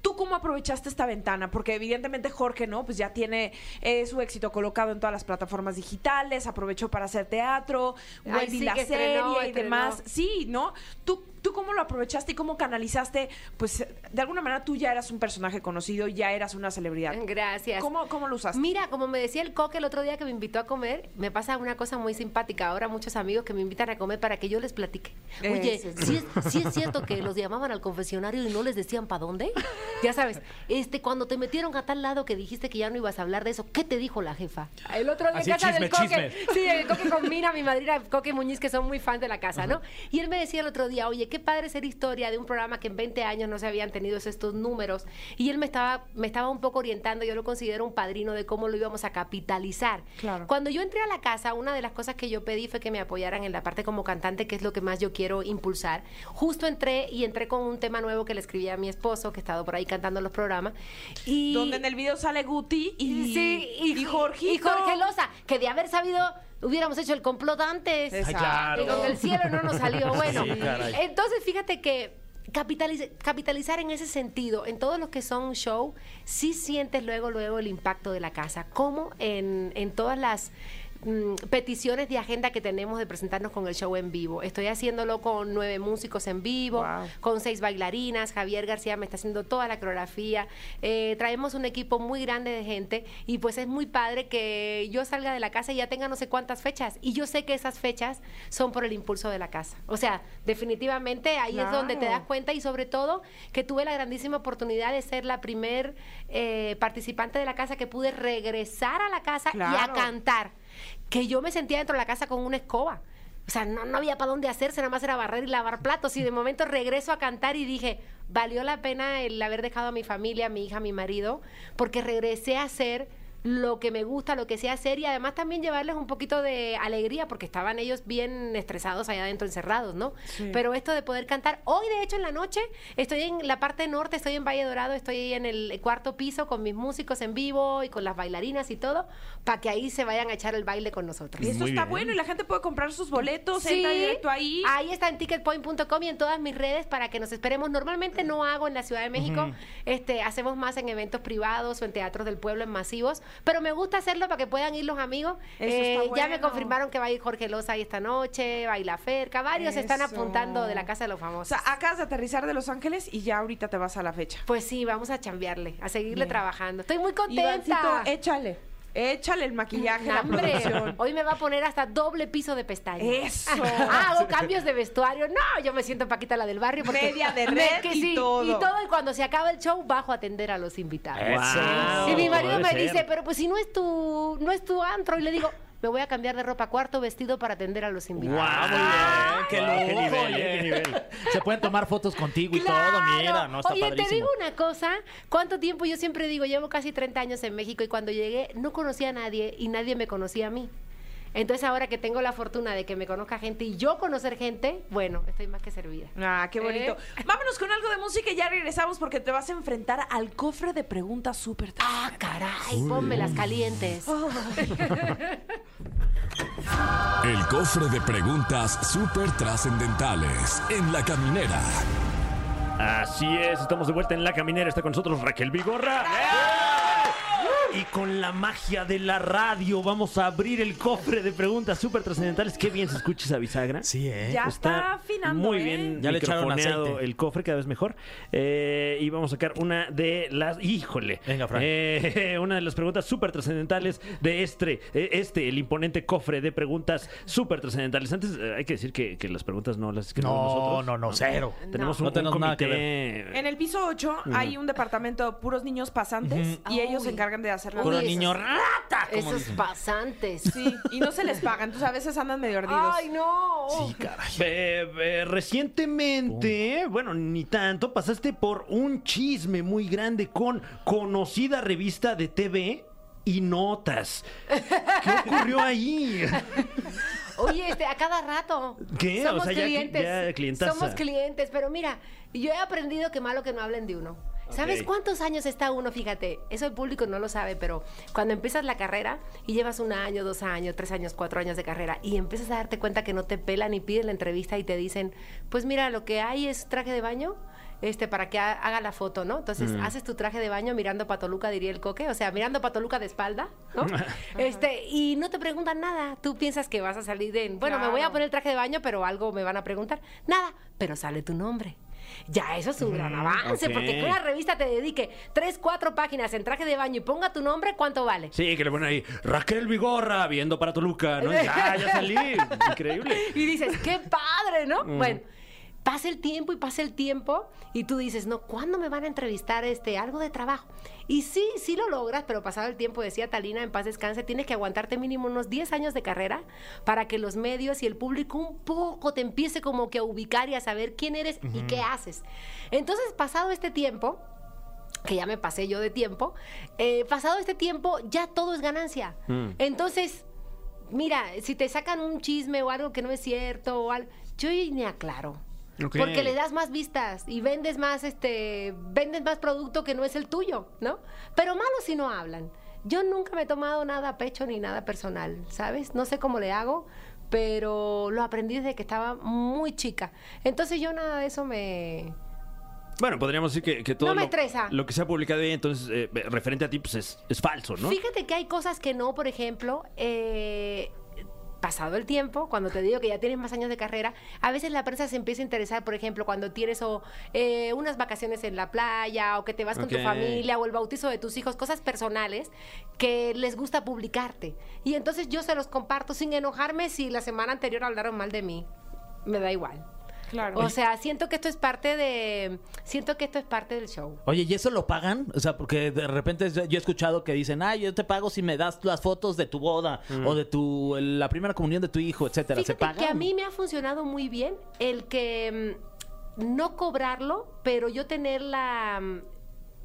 Speaker 2: ¿Tú cómo aprovechaste esta ventana? Porque evidentemente Jorge, ¿no? Pues ya tiene eh, su éxito colocado en todas las plataformas digitales, aprovechó para hacer teatro,
Speaker 4: Ay,
Speaker 2: Wendy
Speaker 4: sí,
Speaker 2: la
Speaker 4: que
Speaker 2: serie
Speaker 4: estrenó,
Speaker 2: y
Speaker 4: estrenó.
Speaker 2: demás. Sí, ¿no? ¿Tú, ¿Tú cómo lo aprovechaste y cómo canalizaste? Pues de alguna manera tú ya eras un personaje conocido, ya eras una celebridad.
Speaker 4: Gracias.
Speaker 2: ¿Cómo, cómo lo usaste?
Speaker 4: Mira, como me decía el coque el otro día que me invitó a comer, me pasa una cosa muy simpática. Ahora muchos amigos que me invitan a comer para que yo les platique.
Speaker 2: Eh,
Speaker 4: Oye,
Speaker 2: sí, sí.
Speaker 4: ¿sí es, sí es cierto que los llamaban al confesionario y no les decían para dónde. Ya sabes, este, cuando te metieron a tal lado que dijiste que ya no ibas a hablar de eso, ¿qué te dijo la jefa? El otro día en
Speaker 1: Así,
Speaker 4: casa
Speaker 1: chisme,
Speaker 4: del coque.
Speaker 1: chisme.
Speaker 4: Sí, el coque con Mina, mi madrina, coque Muñiz, que son muy fan de la casa, ¿no? Y él me decía el otro día, oye, qué padre ser historia de un programa que en 20 años no se habían tenido estos números. Y él me estaba, me estaba un poco orientando, yo lo considero un padrino de cómo lo íbamos a capitalizar.
Speaker 2: Claro.
Speaker 4: Cuando yo entré a la casa, una de las cosas que yo pedí fue que me apoyaran en la parte como cantante, que es lo que más yo quiero impulsar. Justo entré y entré con un tema nuevo que le escribí a mi esposo, que ha estado por ahí cantando en los programas. Y
Speaker 2: Donde en el video sale Guti y,
Speaker 4: sí,
Speaker 2: y, Jorgito.
Speaker 4: Y Jorge Loza, que de haber sabido hubiéramos hecho el complot antes.
Speaker 2: Ay,
Speaker 1: claro.
Speaker 4: Y con el cielo no nos salió. Bueno,
Speaker 1: Sí, caray.
Speaker 4: entonces fíjate que capitaliz- capitalizar en ese sentido, en todos los que son show, sí sientes luego, luego el impacto de la casa. Como en, en todas las mm, peticiones de agenda que tenemos de presentarnos con el show en vivo. Estoy haciéndolo con nueve músicos en vivo,
Speaker 2: Wow.
Speaker 4: con seis bailarinas, Javier García me está haciendo toda la coreografía, Eh, traemos un equipo muy grande de gente y pues es muy padre que yo salga de la casa y ya tenga no sé cuántas fechas y yo sé que esas fechas son por el impulso de la casa. O sea, definitivamente ahí es donde te
Speaker 2: Claro.
Speaker 4: das cuenta y sobre todo que tuve la grandísima oportunidad de ser la primer eh, participante de la casa que pude regresar a la casa y a
Speaker 2: Claro.
Speaker 4: cantar. Que yo me sentía dentro de la casa con una escoba. O sea, no, no había para dónde hacerse, nada más era barrer y lavar platos. Y de momento regreso a cantar y dije, valió la pena el haber dejado a mi familia, a mi hija, a mi marido, porque regresé a hacer lo que me gusta, lo que sé hacer y además también llevarles un poquito de alegría porque estaban ellos bien estresados allá adentro encerrados, ¿no?
Speaker 2: Sí.
Speaker 4: Pero esto de poder cantar, hoy de hecho en la noche estoy en la parte norte, estoy en Valle Dorado, estoy en el cuarto piso con mis músicos en vivo y con las bailarinas y todo, para que ahí se vayan a echar el baile con nosotros.
Speaker 2: Eso
Speaker 3: Muy
Speaker 2: está
Speaker 3: bien.
Speaker 2: bueno y la gente puede comprar sus boletos,
Speaker 4: Sí,
Speaker 2: entra directo ahí.
Speaker 4: está en ticketpoint.com y en todas mis redes para que nos esperemos. Normalmente no hago en la Ciudad de México, este, hacemos más en eventos privados o en teatros del pueblo en masivos, pero me gusta hacerlo para que puedan ir los amigos. Eh,
Speaker 2: Eso está
Speaker 4: Ya me
Speaker 2: bueno.
Speaker 4: confirmaron que va a ir Jorge Loza ahí esta noche, baila Ferca, varios se están
Speaker 2: Eso.
Speaker 4: apuntando de la Casa de los
Speaker 2: O
Speaker 4: Famosos.
Speaker 2: sea, acabas de aterrizar de Los Ángeles y ya ahorita te vas a la fecha.
Speaker 4: pues sí, vamos a chambearle, a seguirle
Speaker 2: Bien.
Speaker 4: trabajando. Estoy muy
Speaker 2: Ivancito,
Speaker 4: contenta.
Speaker 2: échale. Échale el maquillaje,
Speaker 4: No,
Speaker 2: la
Speaker 4: hombre,
Speaker 2: producción.
Speaker 4: hoy me va a poner hasta doble piso de pestañas.
Speaker 2: Eso.
Speaker 4: Ah, hago cambios de vestuario. No, yo me siento Paquita la del barrio. porque-
Speaker 2: Media de
Speaker 4: Me-
Speaker 2: red y todo.
Speaker 4: Y todo, y cuando se acaba el show, bajo a atender a los invitados.
Speaker 3: Eso.
Speaker 4: Y mi marido
Speaker 3: Debe
Speaker 4: me
Speaker 3: ser.
Speaker 4: dice, pero pues si no es tu, no es tu antro. Y le digo, me voy a cambiar de ropa cuarto vestido para atender a los invitados.
Speaker 1: ¡Guau, Ah, muy bien! ¡Qué
Speaker 3: Guau, qué
Speaker 1: lujo,
Speaker 3: nivel,
Speaker 1: oye.
Speaker 3: eh, qué nivel.
Speaker 1: Se pueden tomar fotos contigo y todo, mira, no está
Speaker 4: Oye, te
Speaker 1: padrísimo.
Speaker 4: digo una cosa, ¿cuánto tiempo yo siempre digo? Llevo casi 30 años en México y cuando llegué no conocía a nadie y nadie me conocía a mí. Entonces ahora que tengo la fortuna de que me conozca gente y yo conocer gente, bueno, estoy más que servida.
Speaker 2: Ah, qué bonito.
Speaker 4: ¿Eh?
Speaker 2: Vámonos con algo de música y ya regresamos porque te vas a enfrentar al cofre de preguntas súper
Speaker 4: Ah, caray, ponme las calientes.
Speaker 5: El cofre de preguntas súper trascendentales en la caminera.
Speaker 3: Así es, estamos de vuelta en La Caminera. Está con nosotros Raquel Vigorra. Y con la magia de la radio vamos a abrir el cofre de preguntas súper trascendentales. Qué bien se escucha esa bisagra.
Speaker 1: Sí, ¿eh?
Speaker 2: Ya está afinando,
Speaker 3: Muy
Speaker 2: ¿eh?
Speaker 3: bien,
Speaker 1: Ya le echaron
Speaker 3: microfoneado
Speaker 1: aceite.
Speaker 3: el cofre, cada vez mejor. Eh, y vamos a sacar una de las. ¡Híjole!
Speaker 1: Venga, Fran.
Speaker 3: Eh, una de las preguntas súper trascendentales de este, eh, este, el imponente cofre de preguntas súper trascendentales. Antes eh, hay que decir que, que las preguntas no las escribimos
Speaker 1: No,
Speaker 3: nosotros.
Speaker 1: no, no, cero.
Speaker 3: Tenemos
Speaker 1: No
Speaker 3: un, un
Speaker 1: tenemos nada que
Speaker 3: comité.
Speaker 2: En el piso 8 hay un departamento de puros niños pasantes y ellos se
Speaker 4: Uy.
Speaker 2: encargan de hacer las
Speaker 4: Puro
Speaker 1: Puro
Speaker 4: Uy,
Speaker 2: veces.
Speaker 1: niño
Speaker 4: niño
Speaker 1: rata.
Speaker 4: Esos pasantes.
Speaker 2: Sí, y no se les pagan, entonces a veces andan medio ardidos.
Speaker 4: Ay, no.
Speaker 3: Eh, eh, recientemente, bueno, ni tanto, pasaste por un chisme muy grande con conocida revista de TV y notas. ¿Qué ocurrió ahí?
Speaker 4: Oye, este, a cada rato.
Speaker 3: ¿Qué? O
Speaker 4: Somos
Speaker 3: sea, ya-
Speaker 4: clientes.
Speaker 3: ya clientaza.
Speaker 4: Somos clientes, pero mira, yo he aprendido que malo que no hablen de uno. ¿Sabes
Speaker 3: Ok.
Speaker 4: cuántos años está uno? Fíjate, eso el público no lo sabe, pero cuando empiezas la carrera y llevas un año, dos años, tres años, cuatro años de carrera y empiezas a darte cuenta que no te pelan y piden la entrevista y te dicen, pues mira, lo que hay es traje de baño. Este, para que ha- haga la foto, ¿no? Entonces, haces tu traje de baño mirando Patoluca, diría el coque, o sea, mirando Patoluca de espalda, ¿no? este, y no te preguntan nada. Tú piensas que vas a salir en, bueno, me voy a
Speaker 2: Claro.
Speaker 4: poner el traje de baño, pero algo me van a preguntar. Nada, pero sale tu nombre. Ya, eso es un gran avance,
Speaker 3: ok.
Speaker 4: porque que una revista te dedique tres, cuatro páginas en traje de baño y ponga tu nombre, ¿cuánto vale?
Speaker 3: Sí, que le ponen ahí, Raquel Vigorra, viendo para Toluca, ¿no? Ya, ya salí. Increíble.
Speaker 4: Y dices, qué padre, ¿no? Bueno, pasa el tiempo y pasa el tiempo y tú dices, no, ¿cuándo me van a entrevistar este algo de trabajo? Y sí, sí lo logras, pero pasado el tiempo, decía Talina, en paz descanse, tienes que aguantarte mínimo unos 10 años de carrera para que los medios y el público un poco te empiece como que a ubicar y a saber quién eres y qué haces. Entonces, pasado este tiempo, que ya me pasé yo de tiempo, eh, pasado este tiempo ya todo es ganancia. Entonces, mira, si te sacan un chisme o algo que no es cierto o algo, yo ni aclaro.
Speaker 3: Ok.
Speaker 4: Porque le das más vistas y vendes más, este, vendes más producto que no es el tuyo, ¿no? Pero malo si no hablan. Yo nunca me he tomado nada a pecho ni nada personal, ¿sabes? No sé cómo le hago, pero lo aprendí desde que estaba muy chica. Entonces yo nada de eso me,
Speaker 3: Bueno, podríamos decir que, que todo
Speaker 4: No me
Speaker 3: lo,
Speaker 4: estresa.
Speaker 3: lo que se ha publicado ahí, entonces, eh, referente a ti, pues es, es falso, ¿no?
Speaker 4: Fíjate que hay cosas que no, por ejemplo, eh, pasado el tiempo, cuando te digo que ya tienes más años de carrera, a veces la prensa se empieza a interesar, por ejemplo, cuando tienes o, eh, unas vacaciones en la playa o que te vas con
Speaker 3: Ok.
Speaker 4: tu familia o el bautizo de tus hijos, cosas personales que les gusta publicarte. Y entonces yo se los comparto sin enojarme si la semana anterior hablaron mal de mí. Me da igual.
Speaker 2: Claro.
Speaker 4: O sea, siento que esto es parte de siento que esto es parte del show.
Speaker 1: Oye, ¿y eso lo pagan? O sea, porque de repente yo he escuchado que dicen, ah, yo te pago si me das las fotos de tu boda o de tu la primera comunión de tu hijo, etcétera. ¿Se
Speaker 4: Fíjate
Speaker 1: pagan?
Speaker 4: que a mí me ha funcionado muy bien el que mm, no cobrarlo, pero yo tener la mm,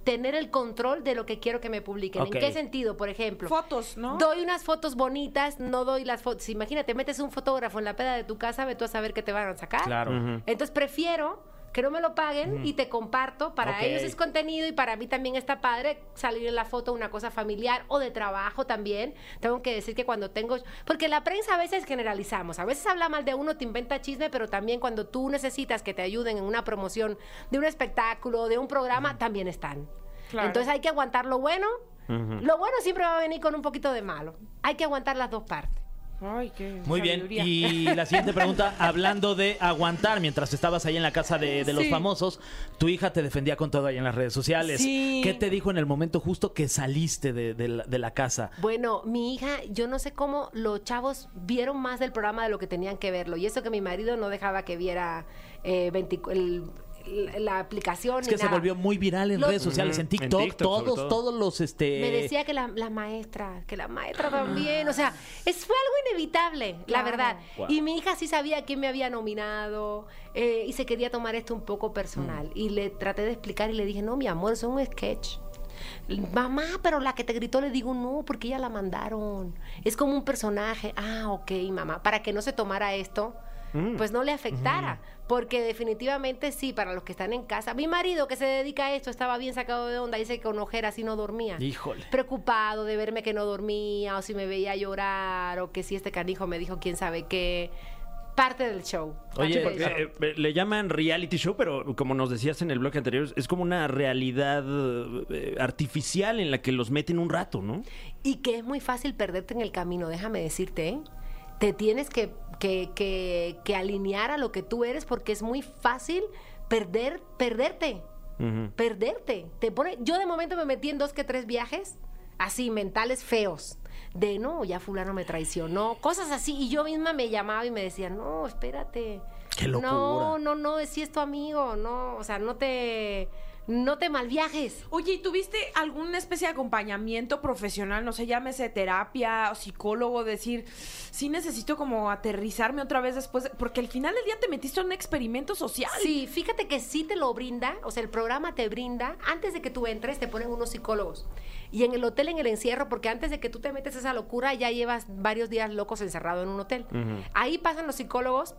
Speaker 4: tener el control de lo que quiero que me publiquen.
Speaker 1: Ok.
Speaker 4: ¿En qué sentido, por ejemplo?
Speaker 2: Fotos, ¿no?
Speaker 4: Doy unas fotos bonitas, no doy las fotos. Imagínate, metes un fotógrafo en la peda de tu casa, ve tú a saber qué te van a sacar.
Speaker 1: Claro.
Speaker 4: Entonces prefiero que no me lo paguen y te comparto. Para
Speaker 1: Ok.
Speaker 4: ellos es contenido y para mí también está padre salir en la foto una cosa familiar o de trabajo también. Tengo que decir que cuando tengo... Porque la prensa a veces generalizamos. A veces habla mal de uno, te inventa chisme, pero también cuando tú necesitas que te ayuden en una promoción de un espectáculo, de un programa, también están.
Speaker 2: Claro.
Speaker 4: Entonces hay que aguantar lo bueno. Lo bueno siempre va a venir con un poquito de malo. Hay que aguantar las dos partes.
Speaker 2: Ay, qué
Speaker 1: Muy bien.
Speaker 2: sabiduría.
Speaker 1: Y la siguiente pregunta, hablando de aguantar, mientras estabas ahí en la casa de, de los
Speaker 2: Sí.
Speaker 1: famosos, tu hija te defendía con todo ahí en las redes sociales.
Speaker 2: Sí.
Speaker 1: ¿Qué te dijo en el momento justo que saliste de, de la, de la casa?
Speaker 4: Bueno, mi hija, yo no sé cómo los chavos vieron más del programa de lo que tenían que verlo. Y eso que mi marido no dejaba que viera eh, 20 el- la aplicación.
Speaker 1: Es
Speaker 4: ni
Speaker 1: que se
Speaker 4: nada.
Speaker 1: volvió muy viral en
Speaker 4: Lo-
Speaker 1: redes sociales, en
Speaker 3: Ujú, en
Speaker 1: TikTok,
Speaker 3: TikTok, sobre
Speaker 1: todos,
Speaker 3: todo.
Speaker 1: todos los este.
Speaker 4: Me decía que la, la maestra, que la maestra también. O sea, es, fue algo inevitable, la
Speaker 2: Claro.
Speaker 4: verdad.
Speaker 3: Wow.
Speaker 4: Y mi hija sí sabía quién me había nominado eh, y se quería tomar esto un poco personal. Y le traté de explicar y le dije, no, mi amor, eso es un sketch. Mamá, pero la que te gritó le digo no, porque ella la mandaron. Es como un personaje. Ah, ok, mamá. Para que no se tomara esto, pues no le afectara. Porque definitivamente sí, para los que están en casa. Mi marido que se dedica a esto estaba bien sacado de onda, dice que con ojeras y no dormía
Speaker 1: Híjole.
Speaker 4: preocupado de verme que no dormía o si me veía llorar o que si este canijo me dijo quién sabe qué. parte del show.
Speaker 3: Oye,
Speaker 4: Parte del show.
Speaker 3: eh, eh, le llaman reality show, pero como nos decías en el blog anterior, es como una realidad eh, artificial en la que los meten un rato, ¿no?
Speaker 4: Y que es muy fácil perderte en el camino, déjame decirte, ¿eh? Te tienes que, que- que- que alinear a lo que tú eres porque es muy fácil perder, perderte.
Speaker 3: Ujú.
Speaker 4: Perderte. Te pone, yo de momento me metí en dos que tres viajes así, mentales feos. De no, ya fulano me traicionó, cosas así. Y yo misma me llamaba y me decía, no, espérate.
Speaker 1: Qué locura.
Speaker 4: No, no, no, es si es tu amigo, no, o sea, no te, no te malviajes.
Speaker 2: Oye, ¿y tuviste alguna especie de acompañamiento profesional? No sé, llámese terapia o psicólogo, decir, sí necesito como aterrizarme otra vez después, de-", porque al final del día te metiste en un experimento social.
Speaker 4: Sí, fíjate que sí te lo brinda, o sea, el programa te brinda, antes de que tú entres te ponen unos psicólogos. Y en el hotel, en el encierro, porque antes de que tú te metes esa locura, ya llevas varios días locos encerrado en un hotel. Ahí pasan los psicólogos.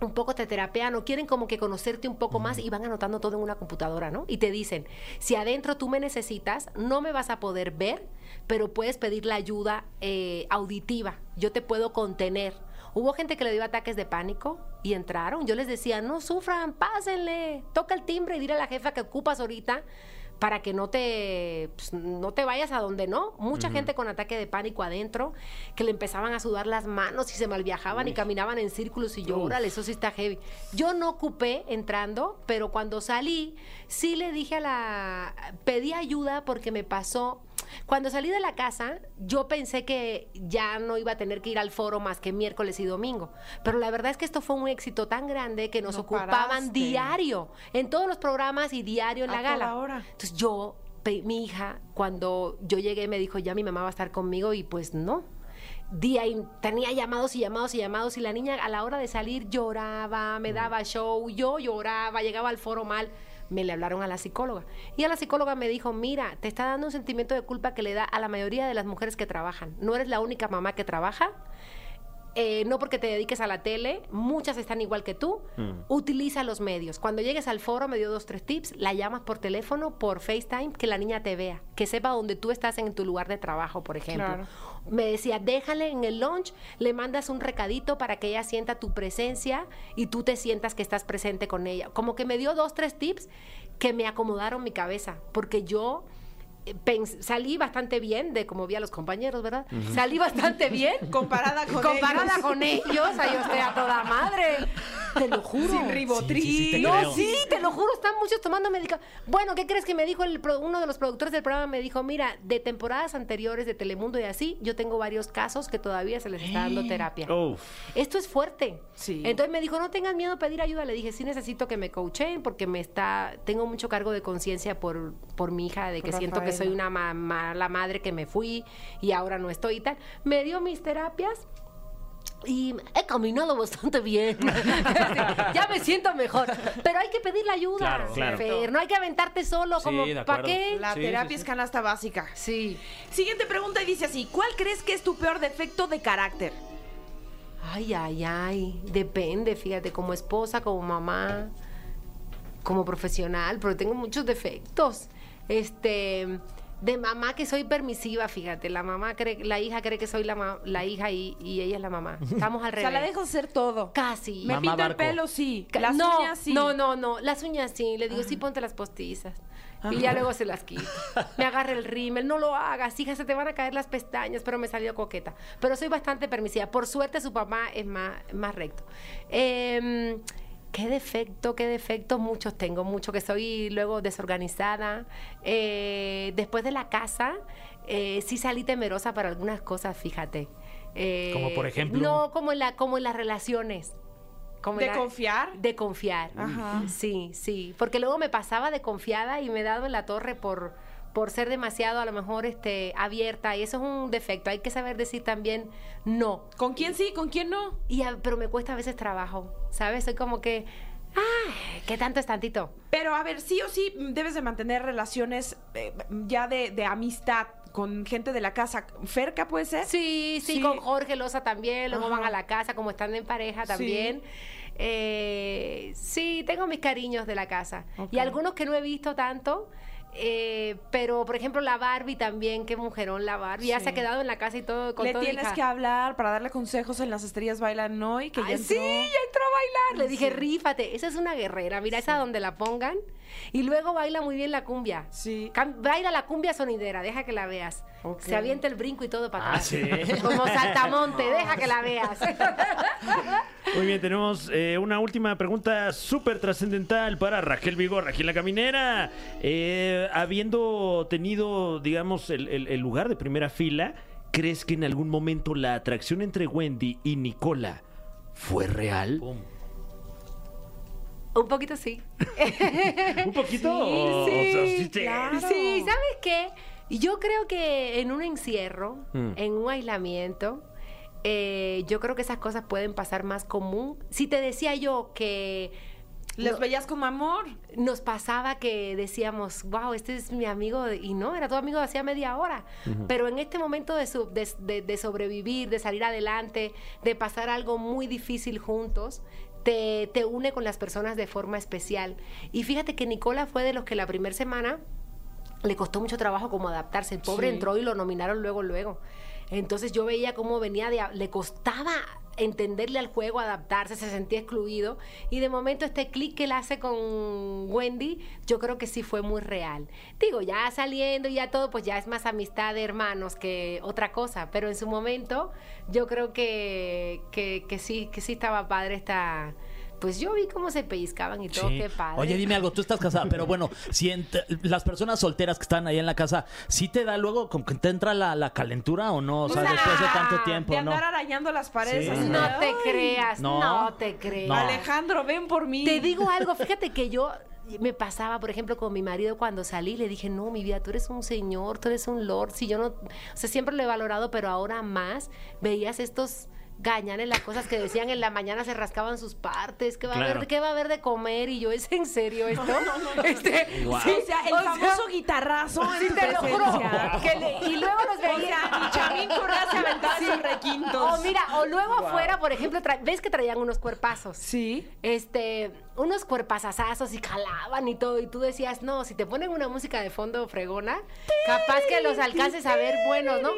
Speaker 4: Un poco te terapean o quieren como que conocerte un poco más y van anotando todo en una computadora, ¿no? Y te dicen, si adentro tú me necesitas, no me vas a poder ver, pero puedes pedir la ayuda eh, auditiva, yo te puedo contener. Hubo gente que le dio ataques de pánico y entraron. Yo les decía, no sufran, pásenle, toca el timbre y dile a la jefa que ocupas ahorita para que no te, pues, no te vayas a donde no. Mucha gente con ataque de pánico adentro, que le empezaban a sudar las manos y se malviajaban y caminaban en círculos y yo, órale, eso sí está heavy. Yo no ocupé entrando, pero cuando salí, sí le dije a la... pedí ayuda porque me pasó... Cuando salí de la casa, yo pensé que ya no iba a tener que ir al foro más que miércoles y domingo. Pero la verdad es que esto fue un éxito tan grande que nos
Speaker 2: No
Speaker 4: ocupaban
Speaker 2: paraste.
Speaker 4: diario, en todos los programas y diario en
Speaker 2: A
Speaker 4: la gala.
Speaker 2: toda hora.
Speaker 4: Entonces yo, pe- mi hija, cuando yo llegué me dijo, ya mi mamá va a estar conmigo y pues no. Día y tenía llamados y llamados y llamados y la niña a la hora de salir lloraba,
Speaker 2: Mm.
Speaker 4: me daba show, yo lloraba, llegaba al foro mal. Me le hablaron a la psicóloga. Y a la psicóloga me dijo, mira, te está dando un sentimiento de culpa que le da a la mayoría de las mujeres que trabajan. No eres la única mamá que trabaja. Eh, no porque te dediques a la tele, muchas están igual que tú. Utiliza los medios. Cuando llegues al foro, me dio dos, tres tips. La llamas por teléfono, por FaceTime, que la niña te vea, que sepa dónde tú estás en tu lugar de trabajo, por ejemplo.
Speaker 2: Claro.
Speaker 4: Me decía, déjale en el lunch, le mandas un recadito para que ella sienta tu presencia y tú te sientas que estás presente con ella. Como que me dio dos, tres tips que me acomodaron mi cabeza, porque yo eh, pens- salí bastante bien de como vi a los compañeros, ¿verdad? Salí bastante bien
Speaker 2: Comparada con
Speaker 4: comparada
Speaker 2: ellos.
Speaker 4: con ellos, ahí yo estoy a toda madre. Te lo juro.
Speaker 2: Sin ribotril.
Speaker 1: Sí, sí, sí, te
Speaker 4: No,
Speaker 1: creo.
Speaker 4: sí, te lo juro, están muchos tomando medicamentos. Bueno, ¿qué crees que me dijo el pro- uno de los productores del programa? Me dijo, mira, de temporadas anteriores de Telemundo y así, yo tengo varios casos que todavía se les está dando terapia.
Speaker 3: Uf.
Speaker 4: Esto es fuerte.
Speaker 2: Sí.
Speaker 4: Entonces me dijo, no tengan miedo a pedir ayuda. Le dije, sí necesito que me coachen porque me está, tengo mucho cargo de conciencia por, por mi hija, de
Speaker 2: Por
Speaker 4: que siento que soy
Speaker 2: Rafaela.
Speaker 4: una ma- mala madre que me fui y ahora no estoy y tal. Me dio mis terapias. Y he caminado bastante bien. ya me siento mejor. Pero hay que pedir la ayuda.
Speaker 3: Claro, claro.
Speaker 4: Fer, no hay que aventarte solo.
Speaker 1: Sí,
Speaker 4: como,
Speaker 1: de
Speaker 4: ¿Para
Speaker 1: acuerdo.
Speaker 4: qué?
Speaker 2: La
Speaker 1: Sí,
Speaker 2: terapia
Speaker 1: sí,
Speaker 2: es canasta básica.
Speaker 4: Sí.
Speaker 2: Siguiente pregunta y dice así, ¿cuál crees que es tu peor defecto de carácter?
Speaker 4: Ay, ay, ay. Depende, fíjate, como esposa, como mamá, como profesional, pero tengo muchos defectos. Este, de mamá que soy permisiva, fíjate, la mamá cree, la hija cree que soy la, ma- la hija y, y ella es la mamá. Estamos al
Speaker 2: O
Speaker 4: revés.
Speaker 2: sea, la dejo hacer todo.
Speaker 4: casi.
Speaker 2: Me
Speaker 1: Mamá
Speaker 2: pinto el
Speaker 1: barco.
Speaker 2: pelo, sí.
Speaker 4: Ca-
Speaker 2: Las
Speaker 4: no,
Speaker 2: uñas, sí.
Speaker 4: no, no, no, las uñas sí, le digo, sí, ponte las postizas. Y ya luego se las quito. Me agarra el rímel, no lo hagas, hija, se te van a caer las pestañas, pero me salió coqueta. Pero soy bastante permisiva. Por suerte su papá es más, más recto. Em, qué defecto, qué defecto, muchos tengo, mucho que soy luego desorganizada. Eh, después de la casa, eh, sí salí temerosa para algunas cosas, fíjate. Eh,
Speaker 1: Como por ejemplo.
Speaker 4: No, como en, la, como en las relaciones. Como en
Speaker 2: ¿De
Speaker 4: la-
Speaker 2: confiar?
Speaker 4: De confiar.
Speaker 2: Ajá.
Speaker 4: Sí, sí. Porque luego me pasaba de confiada y me he dado en la torre por, por ser demasiado, a lo mejor, este, abierta. Y eso es un defecto. Hay que saber decir también no.
Speaker 2: ¿Con quién sí, con quién no?
Speaker 4: Y a- pero me cuesta a veces trabajo, ¿sabes? Soy como que, ¡ay! ¿Qué tanto es tantito?
Speaker 2: Pero a ver, sí o sí mm, debes de mantener relaciones eh, ya de, de amistad con gente de la casa. ¿Ferca puede ser?
Speaker 4: Sí, sí,
Speaker 2: Sí.
Speaker 4: con Jorge Loza también, luego
Speaker 2: Ajá.
Speaker 4: van a la casa, como están en pareja también. Eh, Sí, tengo mis cariños de la casa.
Speaker 2: Ok.
Speaker 4: Y algunos que no he visto tanto. eh, pero, por ejemplo, la Barbie también, qué mujerón la Barbie. Ya
Speaker 2: Sí.
Speaker 4: se ha quedado en la casa y todo con
Speaker 2: Le
Speaker 4: todo y
Speaker 2: tienes
Speaker 4: ja-
Speaker 2: que hablar para darle consejos en las estrellas bailan hoy. Que
Speaker 4: Ay,
Speaker 2: ya
Speaker 4: sí, ya
Speaker 2: entró.
Speaker 4: entró a bailar. Le dije, rífate, esa es una guerrera, mira, esa donde la pongan. Y luego baila muy bien la cumbia.
Speaker 2: Sí.
Speaker 4: Cam- baila la cumbia sonidera, deja que la veas.
Speaker 2: Ok.
Speaker 4: Se avienta el brinco y todo para
Speaker 3: Ah,
Speaker 4: atrás.
Speaker 3: ¿sí?
Speaker 4: Como saltamonte, deja que la veas.
Speaker 3: Muy bien, tenemos eh, una última pregunta súper trascendental para Raquel Vigor, Raquel la Caminera. Eh, habiendo tenido, digamos, el, el- el lugar de primera fila, ¿crees que en algún momento la atracción entre Wendy y Nicola fue real?
Speaker 4: Un poquito sí.
Speaker 3: ¿Un poquito? o- o
Speaker 4: sí,
Speaker 3: sea, sí te-
Speaker 2: claro.
Speaker 4: Sí, ¿sabes qué? Yo creo que en un encierro,
Speaker 3: Mm.
Speaker 4: en un aislamiento, eh, yo creo que esas cosas pueden pasar más común. Si te decía yo que
Speaker 2: Les
Speaker 4: no-
Speaker 2: veías como amor.
Speaker 4: nos pasaba que decíamos, wow, este es mi amigo, y no, era tu amigo de hacía media hora. Pero en este momento de, su- de- de- de sobrevivir, de salir adelante, de pasar algo muy difícil juntos, te, te une con las personas de forma especial. Y fíjate que Nicola fue de los que la primera semana le costó mucho trabajo como adaptarse. El pobre
Speaker 2: Sí.
Speaker 4: entró y lo nominaron luego, luego. Entonces yo veía cómo venía de... a- Le costaba entenderle al juego, adaptarse, se sentía excluido. Y de momento este clic que él hace con Wendy, yo creo que sí fue muy real. Digo, ya saliendo y ya todo, pues ya es más amistad de hermanos que otra cosa. Pero en su momento yo creo que, que, que sí, que sí estaba padre esta... Pues yo vi cómo se pellizcaban y todo,
Speaker 1: Sí.
Speaker 4: qué padre.
Speaker 1: Oye, dime algo, tú estás casada, pero bueno, si en- las personas solteras que están ahí en la casa, ¿sí te da luego como que te entra la, la calentura o no? O sea,
Speaker 2: Nah,
Speaker 1: después de tanto
Speaker 2: De
Speaker 1: tiempo, ¿no?
Speaker 2: andar arañando las paredes.
Speaker 1: Sí.
Speaker 2: así de,
Speaker 4: No te
Speaker 2: "Ay,
Speaker 4: creas,
Speaker 1: No.
Speaker 4: no, te creas.
Speaker 1: No.
Speaker 2: Alejandro, ven por mí.
Speaker 4: Te digo algo, fíjate que yo me pasaba, por ejemplo, con mi marido cuando salí, le dije, no, mi vida, tú eres un señor, tú eres un lord. Si yo no, o sea, siempre lo he valorado, pero ahora más veías estos gañanes, las cosas que decían en la mañana se rascaban sus partes, ¿qué va, a,
Speaker 1: Claro.
Speaker 4: haber, qué va a haber de comer? Y yo, ¿es en serio esto? Este,
Speaker 1: Guau.
Speaker 4: sí,
Speaker 2: O sea, el
Speaker 4: o sea,
Speaker 2: famoso guitarrazo.
Speaker 4: Sí,
Speaker 2: en
Speaker 4: te lo juro.
Speaker 2: presencia.
Speaker 4: que le- y luego nos
Speaker 2: O
Speaker 4: veía.
Speaker 2: sea, y Chamín Correa se aventaba esos requintos.
Speaker 4: O mira, o luego afuera, por ejemplo, tra- ves que traían unos cuerpazos.
Speaker 2: Sí.
Speaker 4: Este, unos cuerpazazazos y jalaban y todo. Y tú decías, no, si te ponen una música de fondo fregona, capaz que los alcances a ver buenos, ¿no?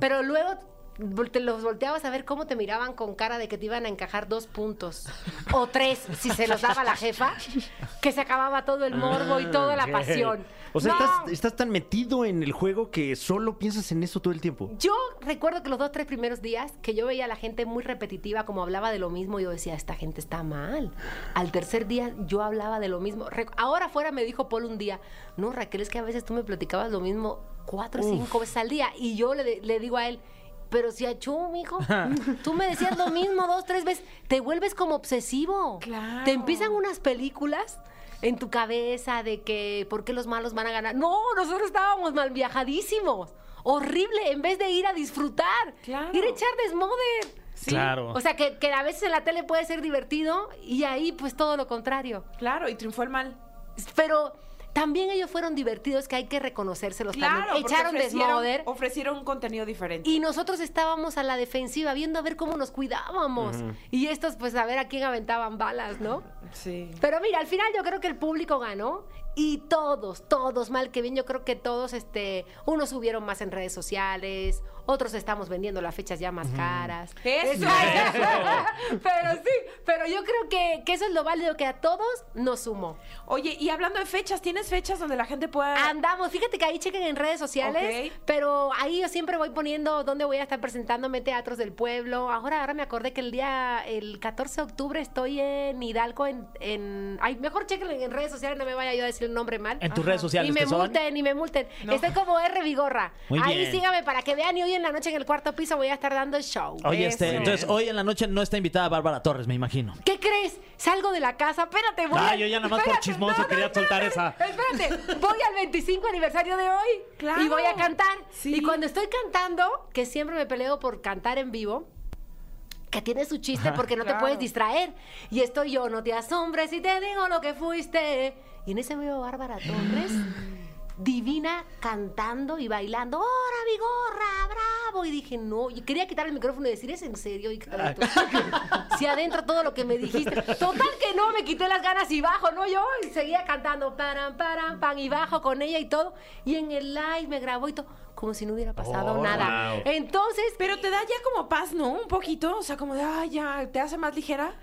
Speaker 4: Pero luego vol- te los volteabas a ver cómo te miraban con cara de que te iban a encajar dos puntos o tres si se los daba la jefa que se acababa todo el morbo y toda la
Speaker 3: Ok.
Speaker 4: pasión
Speaker 3: O sea,
Speaker 4: No.
Speaker 3: estás, estás tan metido en el juego que solo piensas en eso todo el tiempo.
Speaker 4: Yo recuerdo que los dos, tres primeros días que yo veía a la gente muy repetitiva, como hablaba de lo mismo, yo decía, esta gente está mal. Al tercer día yo hablaba de lo mismo. Rec- Ahora afuera me dijo Paul un día, no, Raquel, es que a veces tú me platicabas lo mismo cuatro o cinco veces al día. Y yo le, de- le digo a él, pero si a Chu, hijo, tú me decías lo mismo dos, tres veces, te vuelves como obsesivo.
Speaker 2: Claro.
Speaker 4: Te empiezan unas películas en tu cabeza de que por qué los malos van a ganar. No, nosotros estábamos mal viajadísimos. Horrible, en vez de ir a disfrutar,
Speaker 2: Claro.
Speaker 4: ir a echar desmoder.
Speaker 2: Sí.
Speaker 1: Claro.
Speaker 4: O sea, que, que a veces en la tele puede ser divertido y ahí pues todo lo contrario.
Speaker 2: Claro, y triunfó el mal.
Speaker 4: Pero también ellos fueron divertidos que hay que reconocérselos
Speaker 2: Claro,
Speaker 4: también.
Speaker 2: porque
Speaker 4: Echaron
Speaker 2: ofrecieron-
Speaker 4: desmoder.
Speaker 2: Ofrecieron un contenido diferente.
Speaker 4: Y nosotros estábamos a la defensiva, viendo a ver cómo nos cuidábamos. Y estos, pues, a ver a quién aventaban balas, ¿no?
Speaker 2: Sí.
Speaker 4: Pero mira, al final yo creo que el público ganó y todos, todos, mal que bien, yo creo que todos, este, unos subieron más en redes sociales, otros estamos vendiendo las fechas ya más caras.
Speaker 2: Eso.
Speaker 4: pero sí, pero yo creo que, que eso es lo válido que a todos nos sumó.
Speaker 2: Oye, y hablando de fechas, ¿tienes fechas donde la gente pueda...?
Speaker 4: Andamos, fíjate que ahí chequen en redes sociales,
Speaker 2: Ok.
Speaker 4: pero ahí yo siempre voy poniendo dónde voy a estar presentándome teatros del pueblo. Ahora, ahora me acordé que el día, el 14 de octubre estoy en Hidalgo, en, en- ay, mejor chequen en redes sociales, no me vaya yo a decir el nombre mal.
Speaker 1: En tus redes sociales
Speaker 4: Y me
Speaker 1: que son.
Speaker 4: multen, y me multen.
Speaker 2: No.
Speaker 4: Estoy como R Vigorra.
Speaker 1: Muy
Speaker 4: Ahí
Speaker 1: bien.
Speaker 4: sígame para que vean y hoy en la noche en el cuarto piso voy a estar dando el show.
Speaker 1: Oye, este,
Speaker 2: Eso.
Speaker 1: entonces hoy en la noche no está invitada Bárbara Torres, me imagino.
Speaker 4: ¿Qué crees? Salgo de la casa, espérate, voy.
Speaker 1: Ah,
Speaker 4: al-
Speaker 1: yo ya nada más por chismoso quería soltar esa.
Speaker 4: Espérate, voy al 25 aniversario de hoy
Speaker 2: Claro.
Speaker 4: y voy a cantar.
Speaker 2: Sí.
Speaker 4: Y cuando estoy cantando, que siempre me peleo por cantar en vivo, que tiene su chiste porque no
Speaker 2: Claro.
Speaker 4: te puedes distraer. Y estoy yo, no te asombres si te digo lo que fuiste. Y en ese veo a Bárbara Torres, divina, cantando y bailando. ¡Hora, vigorra, bravo. Y dije, no, yo quería quitar el micrófono y decir, ¿es en serio? hija de tu-?" si adentro todo lo que me dijiste. Total que no, me quité las ganas y bajo, ¿no? Yo y seguía cantando, param, param, pan, y bajo con ella y todo. Y en el live me grabó y todo, como si no hubiera pasado
Speaker 3: Oh,
Speaker 4: nada.
Speaker 3: wow.
Speaker 4: Entonces,
Speaker 2: Pero te da ya como paz, ¿no? Un poquito, o sea, como de, ay, ya, te hace más ligera.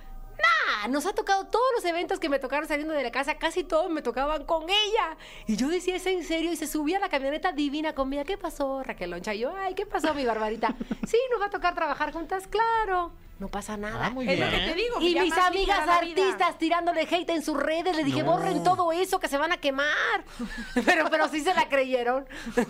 Speaker 4: ¡Nah! Nos ha tocado todos los eventos que me tocaron saliendo de la casa, casi todos me tocaban con ella. Y yo decía, ¿es en serio? Y se subía a la camioneta divina conmigo. ¿Qué pasó, Raquel Loncha? Y yo, ay, ¿qué pasó, mi barbarita? sí, nos va a tocar trabajar juntas, claro. No pasa nada.
Speaker 1: Ah, muy
Speaker 2: Es lo que
Speaker 1: bien.
Speaker 2: te digo. que
Speaker 4: Y
Speaker 2: ya
Speaker 4: mis
Speaker 2: más ligera
Speaker 4: amigas
Speaker 2: la vida.
Speaker 4: artistas tirándole hate en sus redes, le dije, borren todo eso que se van a quemar. Pero, pero sí se la creyeron.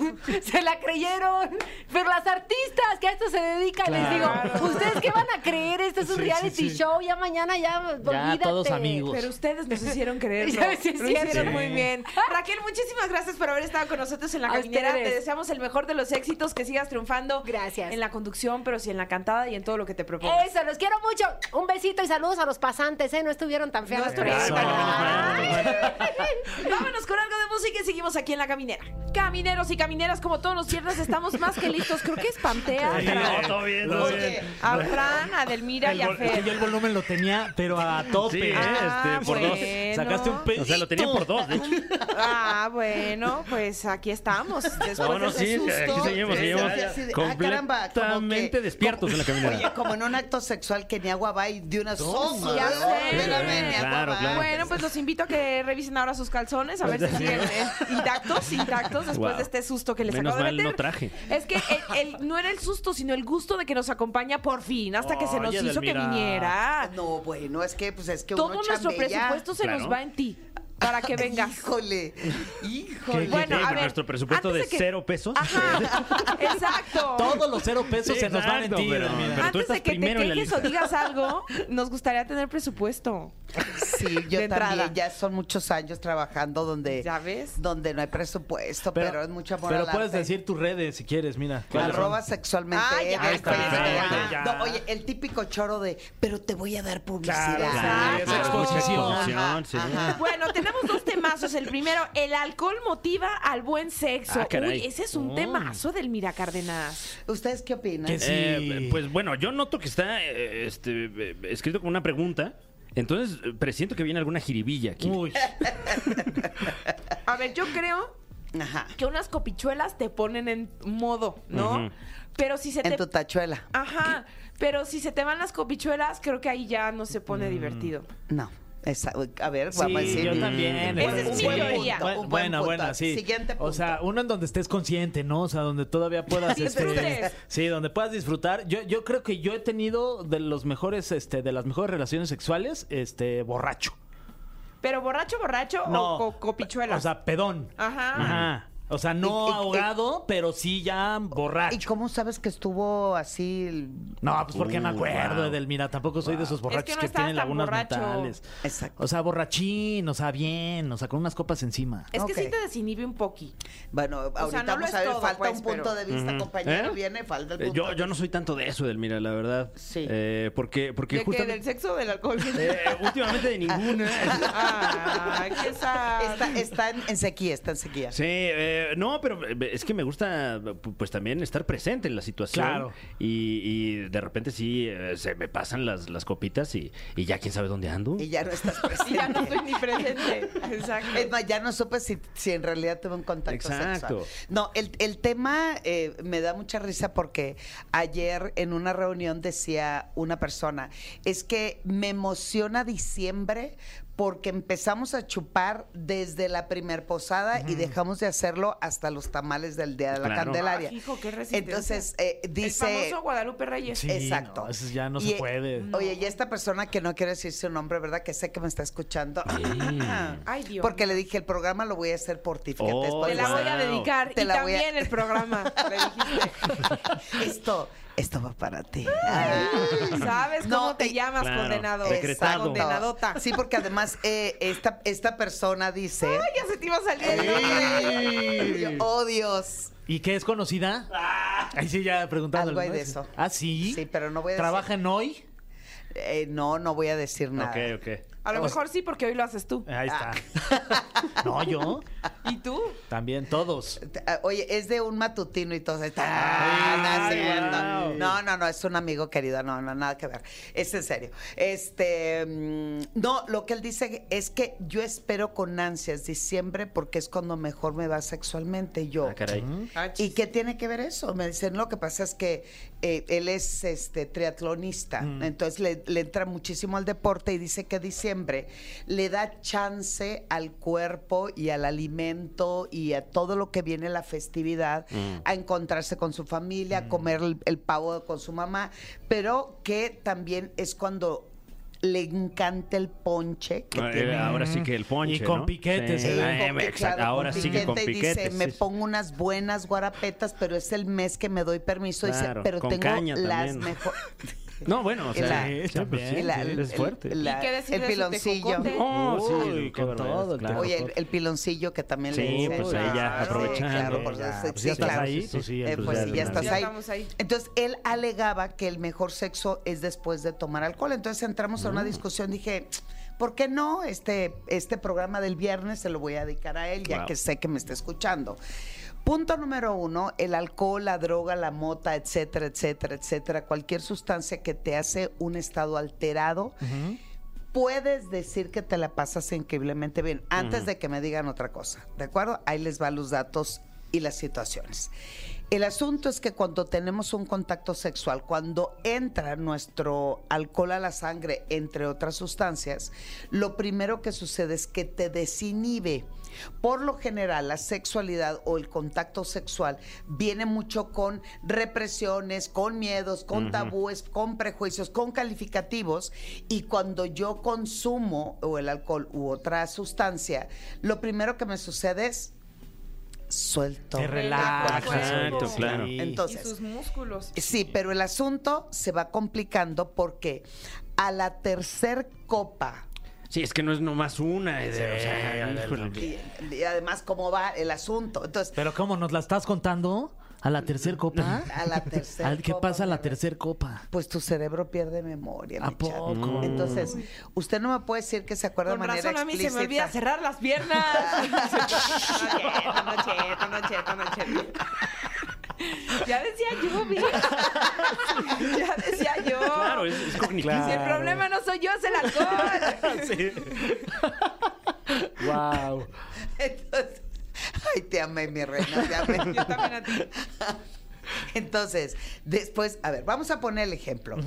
Speaker 4: se la creyeron. Pero las artistas que a esto se dedican, les digo, ¿ustedes qué van a creer? Esto es un
Speaker 1: Sí, sí,
Speaker 4: reality
Speaker 1: sí.
Speaker 4: show, ya mañana ya, olvídate.
Speaker 1: todos amigos.
Speaker 2: Pero ustedes nos hicieron creer.
Speaker 4: Ya ves, sí es
Speaker 2: Lo
Speaker 4: cierto.
Speaker 2: hicieron
Speaker 4: Sí.
Speaker 2: muy bien. Raquel, muchísimas gracias por haber estado con nosotros en la
Speaker 4: A
Speaker 2: caminera. Te
Speaker 4: ustedes.
Speaker 2: deseamos el mejor de los éxitos, que sigas triunfando.
Speaker 4: Gracias.
Speaker 2: En la conducción, pero sí en la cantada y en todo lo que te propongas.
Speaker 4: Eso, los quiero mucho. Un besito y saludos a los pasantes, ¿eh? No estuvieron tan feos.
Speaker 2: No estuvieron
Speaker 4: Ay.
Speaker 2: tan
Speaker 4: Ay.
Speaker 2: Vámonos con algo de música y seguimos aquí en la caminera. Camineros y camineras, como todos los viernes, estamos más que listos. Creo que es Pantea.
Speaker 3: Sí,
Speaker 2: Fran.
Speaker 3: no, todo bien, todo
Speaker 2: Oye,
Speaker 3: bien.
Speaker 2: a Fran, a Delmira y a
Speaker 1: Es que yo
Speaker 2: Fer.
Speaker 1: el volumen lo tenía, pero a
Speaker 3: Sí,
Speaker 1: tope.
Speaker 3: ¿eh?
Speaker 2: Ah,
Speaker 3: este, por dos.
Speaker 2: bueno.
Speaker 1: Sacaste un
Speaker 3: O
Speaker 1: pedito.
Speaker 3: sea, lo tenía por dos, de hecho.
Speaker 2: Ah, bueno, pues aquí estamos. Después
Speaker 3: Vámonos,
Speaker 2: de ese
Speaker 3: Ah, sí,
Speaker 2: susto.
Speaker 3: aquí seguimos,
Speaker 6: sí,
Speaker 3: seguimos.
Speaker 6: sí, sí, sí. Ah, caramba, como
Speaker 3: Completamente
Speaker 6: que-
Speaker 3: despiertos en la
Speaker 6: Oye,
Speaker 3: caminera.
Speaker 6: como en un acto sexual que ni agua va y de una sopa.
Speaker 2: ya sé.
Speaker 6: Espérame, ni agua
Speaker 3: Claro,
Speaker 6: va.
Speaker 3: claro.
Speaker 2: Bueno, pues los invito a que revisen ahora sus calzones, a ver si siguen eh, intactos, intactos, después
Speaker 3: Wow.
Speaker 2: de este susto que les
Speaker 3: Menos
Speaker 2: acabo de
Speaker 3: mal no
Speaker 2: meter.
Speaker 3: traje.
Speaker 2: Es que el- el- no era el susto, sino el gusto de que nos acompaña por fin, hasta que se nos
Speaker 3: Oye,
Speaker 2: hizo que
Speaker 3: Delmira.
Speaker 2: viniera.
Speaker 6: No, bueno, es que pues es que
Speaker 2: Todo
Speaker 6: uno
Speaker 2: nuestro
Speaker 6: chambea.
Speaker 2: presupuesto se
Speaker 3: Claro.
Speaker 2: nos va en ti, para que vengas.
Speaker 6: Híjole, híjole.
Speaker 3: ¿Qué,
Speaker 2: Bueno,
Speaker 3: qué,
Speaker 2: a
Speaker 3: con
Speaker 2: ver,
Speaker 3: nuestro presupuesto de
Speaker 2: antes de que-
Speaker 3: cero pesos.
Speaker 2: Ajá, exacto.
Speaker 1: Todos los cero pesos
Speaker 3: Sí,
Speaker 1: se nos van en
Speaker 3: exacto,
Speaker 1: ti.
Speaker 3: pero-
Speaker 1: Edelmira.
Speaker 3: pero- tú
Speaker 2: Antes
Speaker 3: estás
Speaker 2: de que te
Speaker 3: primero en la
Speaker 2: quejes o
Speaker 3: lista.
Speaker 2: digas algo, nos gustaría tener presupuesto.
Speaker 6: Sí, yo
Speaker 2: De entrada.
Speaker 6: también. Ya son muchos años trabajando donde,
Speaker 2: ¿Ya ves?
Speaker 6: donde no hay presupuesto, pero, es mucho amor
Speaker 1: pero
Speaker 6: al
Speaker 1: puedes
Speaker 6: arte.
Speaker 1: decir tus redes si quieres, mira. ¿Cuáles son?
Speaker 6: Arroba sexualmente.
Speaker 2: Ah, ya,
Speaker 6: en
Speaker 2: ahí está,
Speaker 6: Facebook.
Speaker 3: perfecto, ya.
Speaker 6: No, oye, el típico choro de, pero te voy a dar publicidad.
Speaker 3: Claro,
Speaker 2: Exacto.
Speaker 3: claro, mucha
Speaker 2: Exposición.
Speaker 3: exposición, sí.
Speaker 6: Ah.
Speaker 2: Bueno, tenemos dos temazos. El primero, el alcohol motiva al buen sexo.
Speaker 3: Ah, caray.
Speaker 2: Uy, ese es un temazo del Mira Cárdenas.
Speaker 6: ¿Ustedes qué opinan?
Speaker 1: Que sí.
Speaker 3: Eh, pues bueno, yo noto que está eh, este, eh, escrito como una pregunta. Entonces, eh, presiento que viene alguna jiribilla aquí.
Speaker 1: Uy,
Speaker 2: A ver, yo creo
Speaker 6: Ajá.
Speaker 2: que unas copichuelas te ponen en modo, ¿no?
Speaker 3: Ujú.
Speaker 2: Pero si se
Speaker 6: En
Speaker 2: te...
Speaker 6: tu tachuela.
Speaker 2: Ajá, pero si se te van las copichuelas, creo que ahí ya no se
Speaker 3: Mm.
Speaker 2: pone divertido.
Speaker 6: No. esa- a ver,
Speaker 1: sí,
Speaker 6: vamos a decir. Mm.
Speaker 1: yo también.
Speaker 2: Esa es
Speaker 1: Edelmira.
Speaker 2: mi
Speaker 1: Buen
Speaker 2: teoría.
Speaker 1: punto,
Speaker 6: Un buen
Speaker 1: Buena,
Speaker 6: punto.
Speaker 1: buena, sí.
Speaker 6: Siguiente
Speaker 1: O sea, uno en donde estés consciente, ¿no? O sea, donde todavía puedas... este,
Speaker 2: Disfrutes.
Speaker 1: sí, donde puedas disfrutar. Yo, yo creo que yo he tenido de los mejores, este, de las mejores relaciones sexuales, este, borracho.
Speaker 2: Pero borracho, borracho o Oh, co- copichuelas.
Speaker 1: O sea, pedón.
Speaker 2: Ajá.
Speaker 1: Ajá. O sea, no
Speaker 6: Y- y-
Speaker 1: ahogado, pero sí ya borracho.
Speaker 6: ¿Y cómo sabes que estuvo así? el-
Speaker 1: No, pues porque me
Speaker 3: Uh,
Speaker 1: acuerdo,
Speaker 3: wow.
Speaker 1: Edelmira. Tampoco soy de esos borrachos
Speaker 2: Es que
Speaker 1: que,
Speaker 2: no estabas
Speaker 1: tienen
Speaker 2: tan
Speaker 1: lagunas
Speaker 2: borracho.
Speaker 1: mentales.
Speaker 6: Exacto.
Speaker 1: O sea, borrachín, o sea, bien, o sea, con unas copas encima.
Speaker 2: Es que
Speaker 6: Ok.
Speaker 2: sí te desinhibe un poqui.
Speaker 6: Bueno, ahorita
Speaker 2: no lo
Speaker 6: vamos
Speaker 2: es
Speaker 6: a ver,
Speaker 2: todo,
Speaker 6: falta
Speaker 2: pues,
Speaker 6: un punto
Speaker 2: pero-
Speaker 6: de vista,
Speaker 3: Ujú.
Speaker 6: compañero.
Speaker 3: ¿Eh?
Speaker 6: Viene, falta el
Speaker 3: Eh,
Speaker 6: punto.
Speaker 3: yo, yo no soy tanto de eso, Edelmira, la verdad.
Speaker 6: Sí.
Speaker 3: Eh, porque porque
Speaker 2: ¿De qué?
Speaker 3: justamente...
Speaker 2: ¿Del sexo o del alcohol?
Speaker 3: Eh, últimamente de ninguna.
Speaker 2: Ay, qué sad.
Speaker 6: Está, está en, en sequía, está en sequía.
Speaker 3: Sí, eh, no, pero eh, es que me gusta pu- pues también estar presente en la situación.
Speaker 1: Claro.
Speaker 3: Y, y de repente sí, eh, se me pasan las, las copitas y, y ya quién sabe dónde ando.
Speaker 6: Y ya no estás
Speaker 2: Y ya no estoy
Speaker 6: presente.
Speaker 2: ni presente. Exacto.
Speaker 6: Es más, ya no supe si, si en realidad tuve un contacto
Speaker 3: Exacto.
Speaker 6: sexual. No, el, el tema eh, me da mucha risa porque ayer en una reunión decía una persona, es que me emociona diciembre porque empezamos a chupar desde la primer posada y dejamos de hacerlo hasta los tamales del Día de la
Speaker 3: Claro.
Speaker 6: Candelaria.
Speaker 2: Ah, hijo, qué resistencia.
Speaker 6: Entonces, eh,
Speaker 2: El
Speaker 6: dice... Eh,
Speaker 2: famoso Guadalupe Reyes.
Speaker 1: Sí,
Speaker 6: Exacto.
Speaker 1: no, eso ya no
Speaker 6: Y,
Speaker 1: se
Speaker 6: eh,
Speaker 1: puede.
Speaker 6: Oye, y esta persona que no quiero decir su nombre, ¿verdad? Que sé que me está escuchando.
Speaker 2: Ay, Dios.
Speaker 6: Porque le dije, el programa lo voy a hacer por ti. Fíjate,
Speaker 3: Oh,
Speaker 6: es por
Speaker 2: Te la
Speaker 6: eso.
Speaker 2: voy a
Speaker 3: Wow.
Speaker 2: dedicar.
Speaker 6: Te
Speaker 2: y
Speaker 6: la voy a-
Speaker 2: también el programa. Le dijiste.
Speaker 6: Esto, esto va para ti.
Speaker 2: ¿Sabes
Speaker 6: No,
Speaker 2: cómo te
Speaker 6: eh,
Speaker 2: llamas,
Speaker 3: Claro,
Speaker 2: condenado?
Speaker 3: decretado.
Speaker 2: Condenadota.
Speaker 6: Sí, porque además eh, esta, esta persona dice...
Speaker 2: Ay, ya se te iba a salir. el nombre.
Speaker 6: "Ey, ¡Oh, Dios!
Speaker 1: ¿Y qué es conocida?
Speaker 3: Ah.
Speaker 1: Ahí sí, ya preguntando.
Speaker 6: Algo hay de eso.
Speaker 1: Ah, sí.
Speaker 6: Sí, pero no voy a
Speaker 1: ¿Trabaja en hoy?
Speaker 6: Eh, no, no voy a decir nada.
Speaker 3: Ok, ok.
Speaker 2: A lo mejor sí, porque hoy lo haces tú.
Speaker 3: Ah.
Speaker 1: Ahí está. No, yo.
Speaker 2: ¿Y tú?
Speaker 1: También todos.
Speaker 6: T- ah, Oye, es de un matutino y todo. Está,
Speaker 1: Ah,
Speaker 6: nada, sí,
Speaker 1: wow.
Speaker 6: no, no, no, no, es un amigo querido, no, no, nada que ver. Es en serio. Este, mm, no, lo que él dice es que yo espero con ansias diciembre porque es cuando mejor me va sexualmente Y yo.
Speaker 3: Ah, caray.
Speaker 1: Mm.
Speaker 6: ¿Y qué tiene que ver eso? Me dicen, lo que pasa es que eh, él es este triatlonista,
Speaker 3: Mm.
Speaker 6: entonces le, le entra muchísimo al deporte y dice que diciembre le da chance al cuerpo y al alimento y a todo lo que viene la festividad
Speaker 3: Mm.
Speaker 6: a encontrarse con su familia, a comer el, el pavo con su mamá, pero que también es cuando le encanta el ponche que
Speaker 3: Ah, eh,
Speaker 6: tiene
Speaker 3: Ahora sí que el ponche.
Speaker 1: Y con
Speaker 3: ¿no?
Speaker 1: piquetes,
Speaker 3: Sí,
Speaker 1: ¿eh?
Speaker 3: ah,
Speaker 6: con
Speaker 3: exacto,
Speaker 6: picado,
Speaker 3: Ahora
Speaker 6: con
Speaker 3: sí que con
Speaker 6: piquete, y
Speaker 3: piquetes.
Speaker 6: Dice, me
Speaker 3: sí.
Speaker 6: pongo unas buenas guarapetas, pero es el mes que me doy permiso.
Speaker 3: Claro,
Speaker 6: dice, pero
Speaker 3: con
Speaker 6: tengo
Speaker 3: caña
Speaker 6: las
Speaker 3: también.
Speaker 6: mejores.
Speaker 3: No, bueno, o sea,
Speaker 6: la-
Speaker 3: sí, pues sí,
Speaker 1: también,
Speaker 3: sí, es fuerte.
Speaker 2: ¿Y qué decir
Speaker 6: el
Speaker 2: de su
Speaker 6: piloncillo.
Speaker 2: tejocote?
Speaker 3: Oh, sí,
Speaker 1: Uy,
Speaker 3: qué
Speaker 1: con
Speaker 3: barbaridad,
Speaker 1: todo,
Speaker 3: claro.
Speaker 6: Oye, el, el piloncillo que también
Speaker 3: Sí,
Speaker 6: le dicen.
Speaker 3: pues ahí ya
Speaker 6: Claro,
Speaker 3: aprovechando,
Speaker 6: Claro, por
Speaker 3: ya,
Speaker 6: eso,
Speaker 1: pues
Speaker 6: sí,
Speaker 1: ya estás
Speaker 6: claro.
Speaker 1: ahí,
Speaker 3: Sí, sí,
Speaker 6: Eh, pues sí, ya
Speaker 3: de una
Speaker 6: estás
Speaker 3: vez.
Speaker 2: Ya
Speaker 6: ahí.
Speaker 2: estamos ahí.
Speaker 6: Entonces él alegaba que el mejor sexo es después de tomar alcohol. Entonces entramos
Speaker 3: Mm.
Speaker 6: a una discusión. Dije, ¿por qué no? Este, este programa del viernes se lo voy a dedicar a él, ya
Speaker 3: Wow.
Speaker 6: que sé que me está escuchando. Punto número uno, el alcohol, la droga, la mota, etcétera, etcétera, etcétera, cualquier sustancia que te hace un estado alterado, puedes decir que te la pasas increíblemente bien antes de que me digan otra cosa. ¿De acuerdo? Ahí les va los datos y las situaciones. El asunto es que cuando tenemos un contacto sexual, cuando entra nuestro alcohol a la sangre, entre otras sustancias, lo primero que sucede es que te desinhibe. Por lo general, la sexualidad o el contacto sexual viene mucho con represiones, con miedos, con tabúes, con prejuicios, con calificativos. Y cuando yo consumo o el alcohol u otra sustancia, lo primero que me sucede es suelto.
Speaker 1: Te relajas.
Speaker 2: Exacto,
Speaker 3: claro.
Speaker 2: Y
Speaker 6: Entonces,
Speaker 2: sus músculos.
Speaker 6: Sí, pero el asunto se va complicando porque a la tercer copa,
Speaker 3: Sí, es que no es nomás una. eh, de- o sea,
Speaker 1: Sí,
Speaker 3: híjole.
Speaker 6: y, y además cómo va el asunto, entonces
Speaker 1: Pero ¿cómo nos la estás contando? ¿A la tercer copa?
Speaker 6: a la tercera
Speaker 1: ¿Al- Ah. ¿Qué
Speaker 6: copa,
Speaker 1: pasa a la
Speaker 6: mi amor,
Speaker 1: tercer copa?
Speaker 6: Pues tu cerebro pierde memoria.
Speaker 1: ¿A
Speaker 6: mi chat.
Speaker 1: poco? Mm.
Speaker 6: Entonces, usted no me puede decir que se acuerda
Speaker 2: Con
Speaker 6: de manera
Speaker 2: razón a mí se me olvida
Speaker 6: explícita.
Speaker 2: cerrar las piernas. no cheto, no cheto, no cheto, no cheto. Ya decía yo, mira. Ya decía yo.
Speaker 3: Claro, es, es cognitivo.
Speaker 2: Si el problema no soy yo, es el alcohol.
Speaker 1: Wow.
Speaker 6: Entonces, ay, te amé, mi reina, te amé.
Speaker 2: Yo también a ti.
Speaker 6: Entonces, después, a ver, vamos a poner el ejemplo.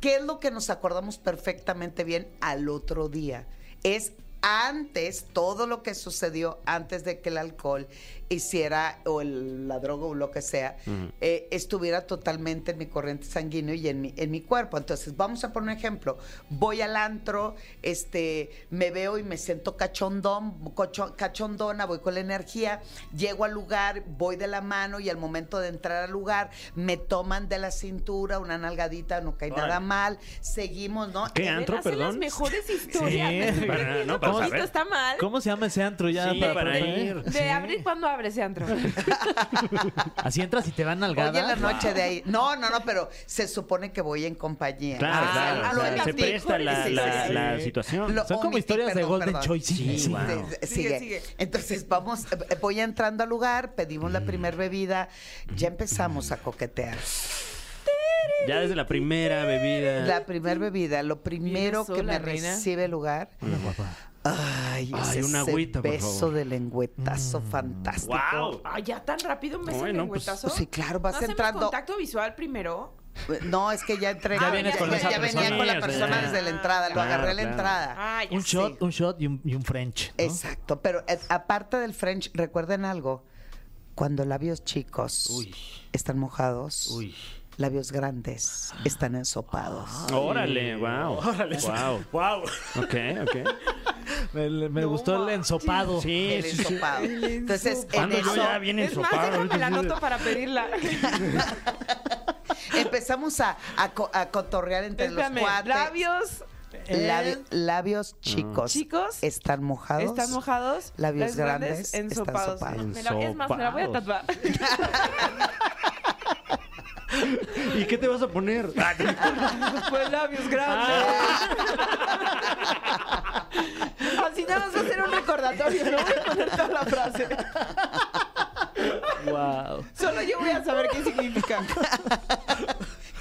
Speaker 6: ¿Qué es lo que nos acordamos perfectamente bien al otro día? Es antes, todo lo que sucedió antes de que el alcohol hiciera, o el- la droga o lo que sea, eh, estuviera totalmente en mi corriente sanguíneo y en mi, en mi cuerpo. Entonces, vamos a poner un ejemplo. Voy al antro, este, me veo y me siento cachondón, cocho- cachondona, voy con la energía, llego al lugar, voy de la mano y al momento de entrar al lugar me toman de la cintura una nalgadita, no cae nada
Speaker 3: Órale.
Speaker 6: mal, seguimos, ¿no?
Speaker 3: ¿Qué
Speaker 6: Eh,
Speaker 2: Ven,
Speaker 3: antro,
Speaker 2: hacen las
Speaker 3: perdón?
Speaker 2: mejores historias.
Speaker 1: Sí,
Speaker 2: Me estoy
Speaker 3: para-
Speaker 2: perdiendo
Speaker 3: no, para
Speaker 2: poquito,
Speaker 3: saber.
Speaker 2: está mal.
Speaker 1: ¿Cómo se llama ese antro ya?
Speaker 3: Sí, para ir.
Speaker 2: De
Speaker 1: Sí.
Speaker 2: abrir cuando abre ese antro.
Speaker 1: Así entras y te van
Speaker 6: Hoy
Speaker 1: nalgadas.
Speaker 6: en la noche de ahí. No, no, no, pero se supone que voy en compañía.
Speaker 3: Claro,
Speaker 6: Ah,
Speaker 3: claro.
Speaker 6: lo
Speaker 3: o sea,
Speaker 6: de
Speaker 3: se
Speaker 6: ti.
Speaker 3: presta la,
Speaker 6: Sí, sí,
Speaker 3: la,
Speaker 6: sí.
Speaker 3: la situación.
Speaker 6: Lo
Speaker 1: Son como
Speaker 6: omití,
Speaker 1: historias de
Speaker 6: perdón,
Speaker 1: Golden
Speaker 6: perdón.
Speaker 1: Choice.
Speaker 3: Sí,
Speaker 6: Sí,
Speaker 3: wow.
Speaker 6: de-
Speaker 2: Sigue,
Speaker 6: de- sigue.
Speaker 2: sigue.
Speaker 6: Entonces vamos, eh, voy entrando al lugar, pedimos la primera bebida, ya empezamos a coquetear.
Speaker 3: Ya desde la primera bebida.
Speaker 6: La primera bebida, lo primero
Speaker 2: Vienes
Speaker 6: que
Speaker 2: sola,
Speaker 6: me
Speaker 2: reina.
Speaker 6: recibe el lugar, ay, es
Speaker 3: Ay, una
Speaker 6: ese
Speaker 3: agüita, por
Speaker 6: beso
Speaker 3: favor.
Speaker 6: de lengüetazo fantástico.
Speaker 3: ¡Wow!
Speaker 2: Ay, ya tan rápido me
Speaker 3: Bueno,
Speaker 2: bueno,
Speaker 3: pues-
Speaker 2: pues,
Speaker 6: Sí, claro, vas entrando.
Speaker 2: contacto visual primero?
Speaker 6: No, es que ya entré.
Speaker 1: Ya vienes con esa
Speaker 6: Ah, ya venía
Speaker 1: persona.
Speaker 6: con
Speaker 3: Sí,
Speaker 6: la
Speaker 3: o sea,
Speaker 6: persona
Speaker 3: ya.
Speaker 6: desde la entrada, lo
Speaker 3: Claro,
Speaker 6: agarré a la
Speaker 3: claro.
Speaker 6: entrada.
Speaker 2: Ah, ya
Speaker 1: Un
Speaker 2: sé.
Speaker 1: shot, un shot y un, y un French. ¿no?
Speaker 6: Exacto, pero eh, aparte del French, recuerden algo. Cuando labios chicos
Speaker 3: Uy.
Speaker 6: están mojados,
Speaker 3: Uy. Ah.
Speaker 6: labios grandes están ensopados.
Speaker 3: Órale, wow. Órale. Wow.
Speaker 1: Wow.
Speaker 3: Ok, ok.
Speaker 1: Me, me
Speaker 2: No
Speaker 1: gustó el
Speaker 2: manches.
Speaker 1: ensopado.
Speaker 3: Sí,
Speaker 6: El
Speaker 3: sí, sí.
Speaker 6: ensopado. Entonces, en
Speaker 3: Ando yo
Speaker 6: eso
Speaker 3: ya bien
Speaker 2: Es más,
Speaker 3: ensopado.
Speaker 2: déjame la
Speaker 3: ahorita sí.
Speaker 2: anoto para pedirla.
Speaker 6: empezamos a, a co- a cotorrear entre
Speaker 2: Espérame,
Speaker 6: los cuates.
Speaker 2: labios
Speaker 6: Labi- labios chicos,
Speaker 2: Chicos,
Speaker 6: están mojados.
Speaker 2: están mojados,
Speaker 6: Labios
Speaker 2: labios grandes,
Speaker 6: grandes,
Speaker 2: ensopados.
Speaker 6: están
Speaker 2: Me la- es más, me la voy a tatuar.
Speaker 3: ¿Y qué te vas a poner?
Speaker 2: Pues labios grandes. Así nada más va a ser un recordatorio, no voy a poner toda la frase.
Speaker 1: wow.
Speaker 2: Solo yo voy a saber qué significa.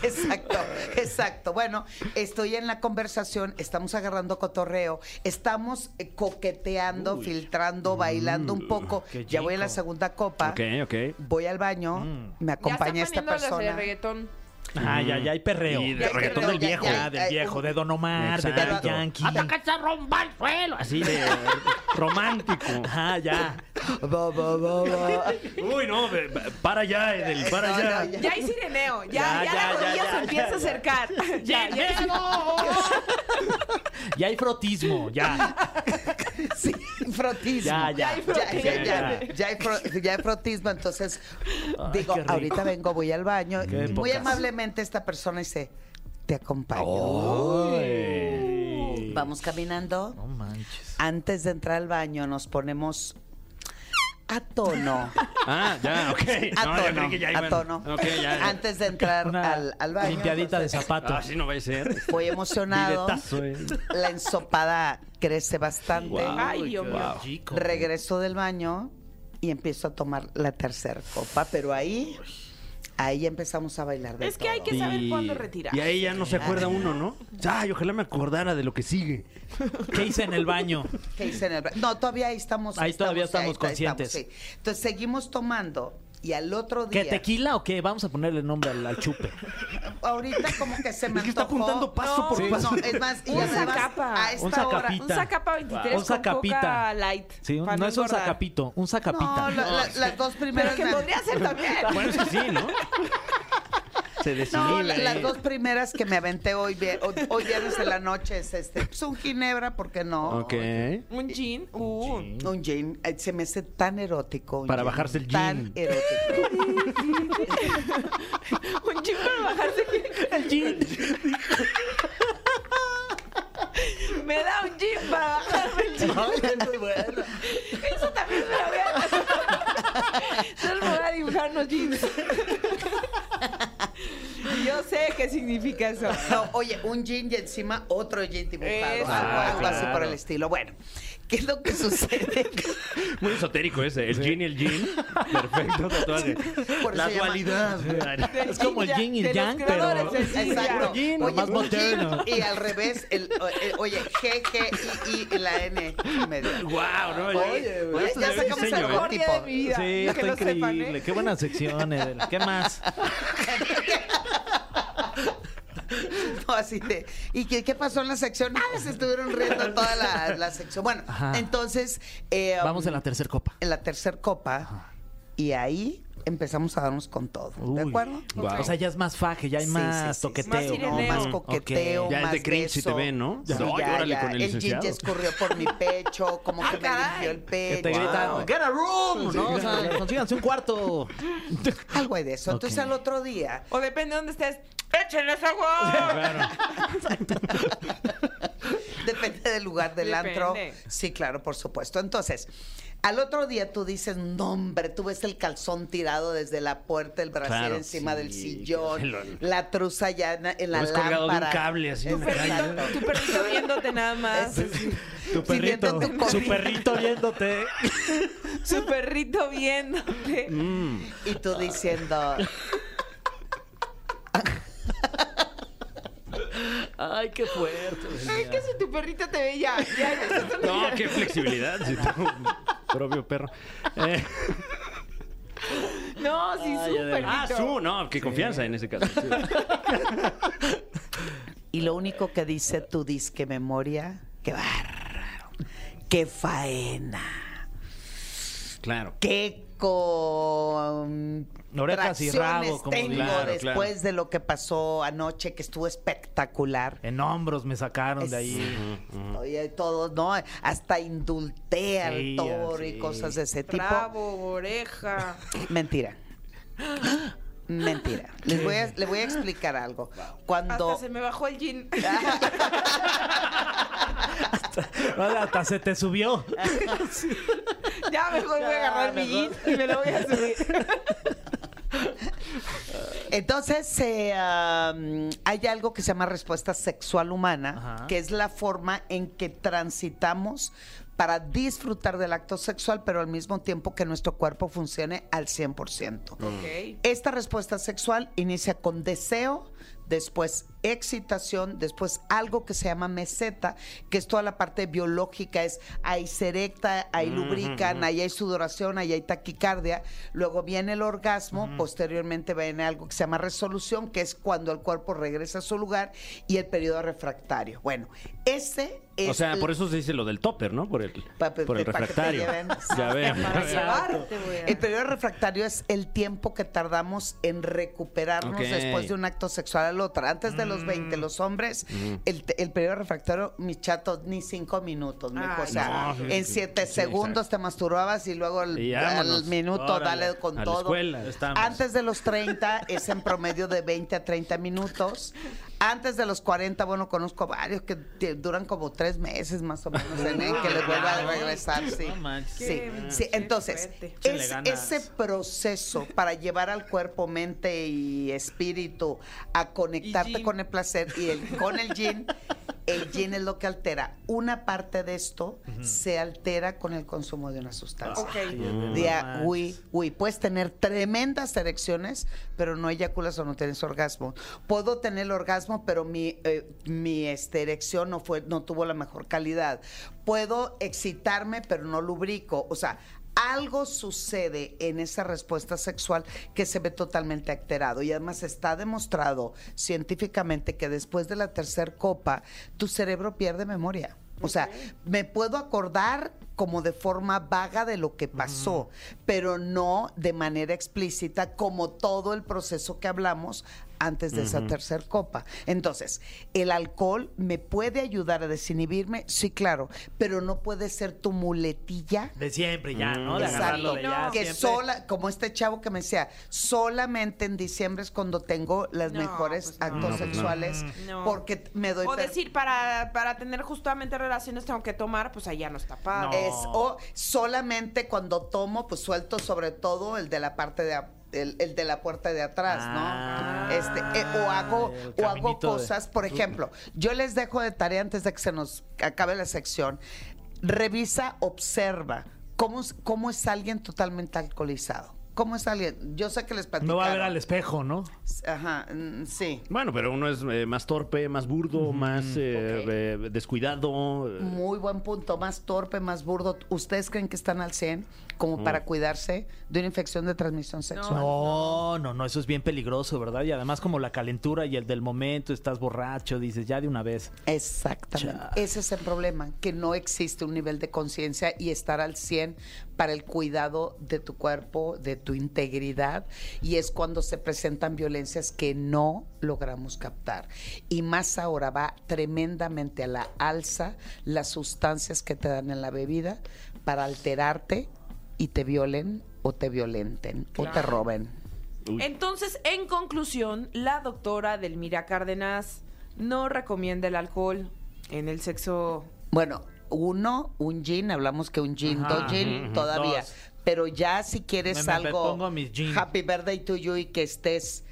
Speaker 6: Exacto, exacto. Bueno, estoy en la conversación, estamos agarrando cotorreo, estamos eh, coqueteando, filtrando, bailando un poco.
Speaker 1: qué
Speaker 6: Ya voy a la
Speaker 1: chico.
Speaker 6: segunda copa.
Speaker 3: Ok, ok.
Speaker 6: Voy al baño, me acompaña
Speaker 2: ya
Speaker 6: esta
Speaker 2: están poniendo las de
Speaker 6: persona.
Speaker 2: reggaetón.
Speaker 1: Ah, ya, ya hay perreo.
Speaker 3: Y
Speaker 2: de reggaetón del
Speaker 6: viejo.
Speaker 1: Ah, del
Speaker 6: Ay,
Speaker 1: viejo,
Speaker 6: un-
Speaker 1: de Don Omar, de Daddy
Speaker 3: Exacto.
Speaker 1: Yankee.
Speaker 3: a romper el suelo. Así de romántico.
Speaker 1: Ajá, ya.
Speaker 6: Va, va, va, va.
Speaker 3: Uy, no, ve- ve- para allá, Edel, para
Speaker 6: No,
Speaker 3: allá.
Speaker 6: no,
Speaker 2: Ya hay sireneo, ya, ya,
Speaker 1: Ya,
Speaker 2: la
Speaker 1: ya, ya,
Speaker 2: rodilla
Speaker 1: ya,
Speaker 2: se
Speaker 1: ya,
Speaker 2: empieza a
Speaker 1: ya.
Speaker 2: acercar. Ya, ya, hay-
Speaker 1: Ya hay frotismo, ya.
Speaker 6: Sí, frotismo.
Speaker 1: Ya, ya.
Speaker 2: hay
Speaker 6: Ya,
Speaker 2: frotismo.
Speaker 6: ya, ya,
Speaker 1: Ya.
Speaker 6: ya hay fro- ya hay frotismo, entonces digo,
Speaker 1: qué rico.
Speaker 6: ahorita vengo, voy al baño.
Speaker 1: Qué
Speaker 6: Muy
Speaker 1: pocas.
Speaker 6: amablemente esta persona dice, te acompaño.
Speaker 3: Eh,
Speaker 1: Ay.
Speaker 6: Vamos caminando.
Speaker 1: No manches.
Speaker 6: Antes de entrar al baño nos ponemos a tono.
Speaker 3: Ah, ya, ok.
Speaker 6: A
Speaker 3: No, ya creí
Speaker 6: tono.
Speaker 3: que ya
Speaker 6: a
Speaker 3: iban-
Speaker 6: tono.
Speaker 3: Ok, ya.
Speaker 6: Antes de entrar
Speaker 1: Una
Speaker 6: al, al baño.
Speaker 1: limpiadita de zapato.
Speaker 3: Ah, sí, no va a ser.
Speaker 6: Voy emocionado.
Speaker 3: Billetazo, eh.
Speaker 6: La ensopada crece bastante.
Speaker 3: Guau.
Speaker 2: Ay, Dios mío.
Speaker 1: Chico.
Speaker 6: Regreso del baño y empiezo a tomar la tercera copa, pero ahí ahí ya empezamos a bailar de
Speaker 2: Es que hay
Speaker 6: todo.
Speaker 2: que saber cuándo retirar.
Speaker 3: Y ahí ya no se acuerda uno, ¿no? Ay, ojalá me acordara de lo que sigue.
Speaker 1: ¿Qué hice en el baño?
Speaker 6: ¿Qué hice en el baño? No, todavía ahí estamos.
Speaker 1: Ahí todavía estamos
Speaker 6: ahí está-
Speaker 1: conscientes.
Speaker 6: sí. Entonces seguimos tomando y al otro día.
Speaker 1: ¿Qué tequila o qué? Vamos a ponerle nombre al, al chupe.
Speaker 6: Ahorita como que se me
Speaker 3: Es que está
Speaker 6: antojó.
Speaker 3: apuntando paso
Speaker 6: No,
Speaker 3: por
Speaker 6: sí,
Speaker 3: paso.
Speaker 6: No, es más, y
Speaker 2: Un
Speaker 6: ya nada más
Speaker 2: sacapa.
Speaker 6: a esta
Speaker 1: Un
Speaker 6: hora.
Speaker 1: sacapita.
Speaker 2: Un sacapa 23
Speaker 1: Un sacapita.
Speaker 2: con coca light.
Speaker 1: Sí, un-
Speaker 2: para
Speaker 1: no es un
Speaker 2: engordar.
Speaker 1: sacapito, un
Speaker 6: No,
Speaker 1: sacapita.
Speaker 6: la- la- las dos
Speaker 2: Pero
Speaker 6: primeras
Speaker 2: que
Speaker 6: me-
Speaker 2: podría ser también.
Speaker 3: Bueno, es que sí, ¿no? Se desinhibe.
Speaker 6: No, la- las dos primeras que me aventé hoy, vie- hoy, hoy viernes en la noche es este, pues un ginebra, ¿por qué no?
Speaker 3: Ok.
Speaker 2: Un gin. Uh.
Speaker 6: Un gin, eh, se me hace tan erótico. un
Speaker 3: Para
Speaker 6: gin,
Speaker 3: bajarse el
Speaker 6: Tan
Speaker 3: gin.
Speaker 6: erótico.
Speaker 2: Un gin para bajarse.
Speaker 1: El gin.
Speaker 2: Me da un gin para bajarme el gin. Eso también me lo voy a... Solo me voy a dibujar unos jeans. Y Yo sé qué significa eso.
Speaker 6: No, oye, un gin y encima otro gin dibujado,
Speaker 2: Eso.
Speaker 6: algo,
Speaker 3: Ah,
Speaker 6: algo así
Speaker 3: claro.
Speaker 6: por el estilo. Bueno, ¿qué es lo que sucede?
Speaker 3: Muy esotérico ese. El jean y el jean. Perfecto tatuaje.
Speaker 6: Por
Speaker 3: La
Speaker 6: eso se llama-
Speaker 3: dualidad.
Speaker 2: Del
Speaker 1: Es como el
Speaker 2: ya-
Speaker 1: yin y
Speaker 2: de los
Speaker 1: yang,
Speaker 2: creadores
Speaker 1: pero-
Speaker 2: del yin y yang.
Speaker 6: Exacto.
Speaker 1: gin,
Speaker 6: Oye,
Speaker 1: más
Speaker 6: un gin
Speaker 1: moderno.
Speaker 6: y al revés, el, eh, oye, G, G, I, I, la N. medio.
Speaker 3: Guau, no.
Speaker 6: Oye,
Speaker 3: ya-
Speaker 6: güey,
Speaker 3: esto
Speaker 6: ya
Speaker 3: se ve
Speaker 6: sacamos el
Speaker 3: diseño, ¿eh?
Speaker 2: Mejor día de mi vida.
Speaker 1: Sí,
Speaker 2: que
Speaker 1: está
Speaker 2: lo
Speaker 1: increíble.
Speaker 2: sepan, ¿eh?
Speaker 1: Qué buenas secciones. Adela. ¿Qué más?
Speaker 6: No, así de. ¿Y qué, qué pasó en la sección? Ah, se estuvieron riendo toda la, la sección. Bueno,
Speaker 1: Ajá.
Speaker 6: entonces. eh,
Speaker 1: Vamos en la tercera copa.
Speaker 6: en la tercera copa y ahí empezamos a darnos con todo. ¿De
Speaker 1: Uy.
Speaker 6: acuerdo?
Speaker 3: Guau.
Speaker 1: O sea, ya es más faje, ya hay
Speaker 6: Sí, sí, sí,
Speaker 1: más
Speaker 6: sí.
Speaker 2: Más
Speaker 1: toqueteo.
Speaker 2: sireneo.
Speaker 6: No, más
Speaker 2: Mm,
Speaker 6: coqueteo,
Speaker 1: ok.
Speaker 3: Ya es
Speaker 6: más
Speaker 3: de cringe si te
Speaker 6: beso.
Speaker 3: ven, ¿no?
Speaker 6: Sí,
Speaker 3: Ay, órale con el
Speaker 6: el gin
Speaker 3: licenciado. Ah,
Speaker 6: ya escurrió por mi pecho, como que me
Speaker 2: caray.
Speaker 6: limpió el
Speaker 1: Que
Speaker 6: pecho.
Speaker 1: te gritan,
Speaker 6: Wow.
Speaker 1: get a room, ¿no? O sea, consíganse un cuarto.
Speaker 6: Algo hay de eso. Entonces
Speaker 1: Ok.
Speaker 6: al otro día
Speaker 2: O depende de dónde estés. ¡Échenles agua!
Speaker 6: Depende del lugar del
Speaker 2: Depende.
Speaker 6: antro. Sí, claro, por supuesto. Entonces, al otro día tú dices, no, hombre, tú ves el calzón tirado desde la puerta, el brasier
Speaker 3: Claro,
Speaker 6: encima
Speaker 3: sí,
Speaker 6: del
Speaker 3: qué
Speaker 6: sillón,
Speaker 3: horror.
Speaker 6: la truza ya en, en la
Speaker 3: Lo ves
Speaker 6: lámpara.
Speaker 3: colgado de un cable, así,
Speaker 6: Tu
Speaker 3: en la
Speaker 6: perrito-
Speaker 2: Perrito, tu perrito viéndote nada más.
Speaker 1: Tu
Speaker 6: Sirviendo
Speaker 1: perrito,
Speaker 6: tu comida.
Speaker 1: su perrito viéndote.
Speaker 2: Su perrito viéndote.
Speaker 1: Mm.
Speaker 6: Y tú diciendo,
Speaker 1: Ay, qué fuerte.
Speaker 2: Ay, que si tu perrito te ve ya. ya, ya estás-
Speaker 3: No, qué flexibilidad. Si tu propio perro. Eh,
Speaker 2: No, sí, su perrito.
Speaker 3: ah, su, no, qué confianza en ese caso. sí.
Speaker 6: y lo único que dice tu disque memoria, qué bárbaro, qué faena,
Speaker 3: Claro.
Speaker 6: qué con...
Speaker 1: Orejas y rabo, como
Speaker 6: tengo
Speaker 1: diría.
Speaker 3: Claro,
Speaker 6: después de lo que pasó anoche, que estuvo espectacular.
Speaker 1: En hombros me sacaron de ahí.
Speaker 6: ahí. Oye, todo, ¿no? Hasta indulté al
Speaker 1: Sí,
Speaker 6: toro
Speaker 1: sí.
Speaker 6: y cosas de ese tipo.
Speaker 2: Rabo, oreja.
Speaker 6: Mentira. Mentira. Les voy, a, les voy a explicar algo. Cuando.
Speaker 2: Hasta se me bajó el jean.
Speaker 1: Vale, Hasta se te subió.
Speaker 2: Ya mejor voy a agarrar mi jean y me lo voy a subir.
Speaker 6: Entonces, eh, am, hay algo que se llama respuesta sexual humana,
Speaker 1: Ajá.
Speaker 6: que es la forma en que transitamos para disfrutar del acto sexual, pero al mismo tiempo que nuestro cuerpo funcione al 100%.
Speaker 2: Ok.
Speaker 6: Esta respuesta sexual inicia con deseo, después excitación, después algo que se llama meseta, que es toda la parte biológica, es ahí se erecta, ahí lubrican, ahí hay sudoración, ahí hay taquicardia, luego viene el orgasmo, posteriormente viene algo que se llama resolución, que es cuando el cuerpo regresa a su lugar, y el periodo refractario. Bueno, ese es...
Speaker 3: O sea,
Speaker 6: el-
Speaker 3: por eso se dice lo del topper, ¿no? Por el,
Speaker 6: Pa- pa-
Speaker 3: por el
Speaker 6: pa- que te
Speaker 3: refractario.
Speaker 6: lleven.
Speaker 3: Ya veo.
Speaker 6: Para llevar.
Speaker 4: Te voy a-
Speaker 6: El periodo refractario es el tiempo que tardamos en recuperarnos
Speaker 3: Ok. Mm.
Speaker 6: después de un acto sexual al otro. Antes de los 20, los hombres, el, te- el periodo refractario, mis chatos, ni cinco minutos. mijo.
Speaker 2: Ay,
Speaker 6: o sea,
Speaker 3: no, sí,
Speaker 6: en
Speaker 3: sí,
Speaker 6: siete
Speaker 3: sí,
Speaker 6: segundos te masturbabas y luego al,
Speaker 3: Y
Speaker 6: al
Speaker 3: vámonos.
Speaker 6: minuto
Speaker 1: Órale,
Speaker 6: dale con
Speaker 3: a la
Speaker 6: todo.
Speaker 3: escuela.
Speaker 1: Estamos.
Speaker 6: Antes de los 30 es en promedio de 20 a 30 minutos. Antes de los 40, bueno, conozco varios que te- duran como tres meses más o menos en el que les vuelva a regresar. Sí,
Speaker 1: No manches.
Speaker 6: sí,
Speaker 2: Qué-
Speaker 6: sí.
Speaker 2: qué
Speaker 6: Entonces,
Speaker 2: fuerte.
Speaker 1: Échenle
Speaker 6: es
Speaker 1: ganas.
Speaker 6: ese proceso para llevar al cuerpo, mente y espíritu a
Speaker 1: Y
Speaker 6: conectarte
Speaker 1: gin.
Speaker 6: con el placer y el, con el gin. El gin es lo que altera. Una parte de esto se altera con el consumo de una sustancia.
Speaker 2: Ok.
Speaker 6: Día, uy, uy, puedes tener tremendas erecciones, pero no eyaculas o no tienes orgasmo. Puedo tener orgasmo, pero mi, eh, mi este, erección no, fue, no tuvo la mejor calidad. Puedo excitarme, pero no lubrico. O sea, algo sucede en esa respuesta sexual que se ve totalmente alterado. Y además está demostrado científicamente que después de la tercera copa, tu cerebro pierde memoria. O sea, me puedo acordar como de forma vaga de lo que pasó, pero no de manera explícita como todo el proceso que hablamos antes de esa tercera copa. Entonces, el alcohol me puede ayudar a desinhibirme, sí, claro, pero no puede ser tu muletilla
Speaker 1: De siempre ya, ¿no? De agarrarlo
Speaker 6: Exacto.
Speaker 1: de ya.
Speaker 6: que
Speaker 1: siempre.
Speaker 6: sola, como este chavo que me decía, solamente en diciembre es cuando tengo las
Speaker 2: No,
Speaker 6: mejores
Speaker 2: pues no.
Speaker 6: actos
Speaker 3: No, pues no.
Speaker 6: sexuales
Speaker 2: No.
Speaker 6: porque me doy
Speaker 2: O
Speaker 6: per-
Speaker 2: decir, para, para tener justamente relaciones tengo que tomar, pues allá no está padre.
Speaker 1: No.
Speaker 6: es o solamente cuando tomo, pues suelto sobre todo el de la parte de a- el, el de la puerta de atrás,
Speaker 1: Ah,
Speaker 6: ¿no? Este, eh, o hago
Speaker 1: el
Speaker 6: o hago
Speaker 1: caminito de-
Speaker 6: cosas, por ejemplo, yo les dejo de tarea antes de que se nos acabe la sección. Revisa, observa cómo es- cómo es alguien totalmente alcoholizado. ¿Cómo es alguien? Yo sé que les
Speaker 1: No
Speaker 6: platicaron.
Speaker 1: va a ver al espejo, ¿no?
Speaker 6: Ajá, mm, sí.
Speaker 3: Bueno, pero uno es eh, más torpe, más burdo, más eh,
Speaker 2: Ok.
Speaker 3: eh, descuidado. eh,
Speaker 6: Muy buen punto, más torpe, más burdo. ¿Ustedes creen que están al 100 como para cuidarse de una infección de transmisión sexual?
Speaker 1: No, no, no, eso es bien peligroso, ¿verdad? Y además como la calentura y el del momento, estás borracho, dices ya de una vez.
Speaker 6: Exactamente.
Speaker 1: Chale.
Speaker 6: Ese es el problema, que no existe un nivel de conciencia y estar al 100 para el cuidado de tu cuerpo, de tu integridad, y es cuando se presentan violencias que no logramos captar. Y más ahora va tremendamente a la alza las sustancias que te dan en la bebida para alterarte y te violen o te violenten o te roben.
Speaker 3: uy.
Speaker 2: Eh, Entonces, en conclusión, la doctora Delmira Cárdenas no recomienda el alcohol en el sexo.
Speaker 6: Bueno, uno, un gin, hablamos que un gin,
Speaker 1: Ajá.
Speaker 6: dos gin
Speaker 1: Ujú, ujú.
Speaker 6: todavía.
Speaker 1: Dos.
Speaker 6: Pero ya si
Speaker 1: Me-
Speaker 6: quieres
Speaker 1: me
Speaker 6: algo,
Speaker 1: pongo mis gin.
Speaker 6: happy birthday to you y que estés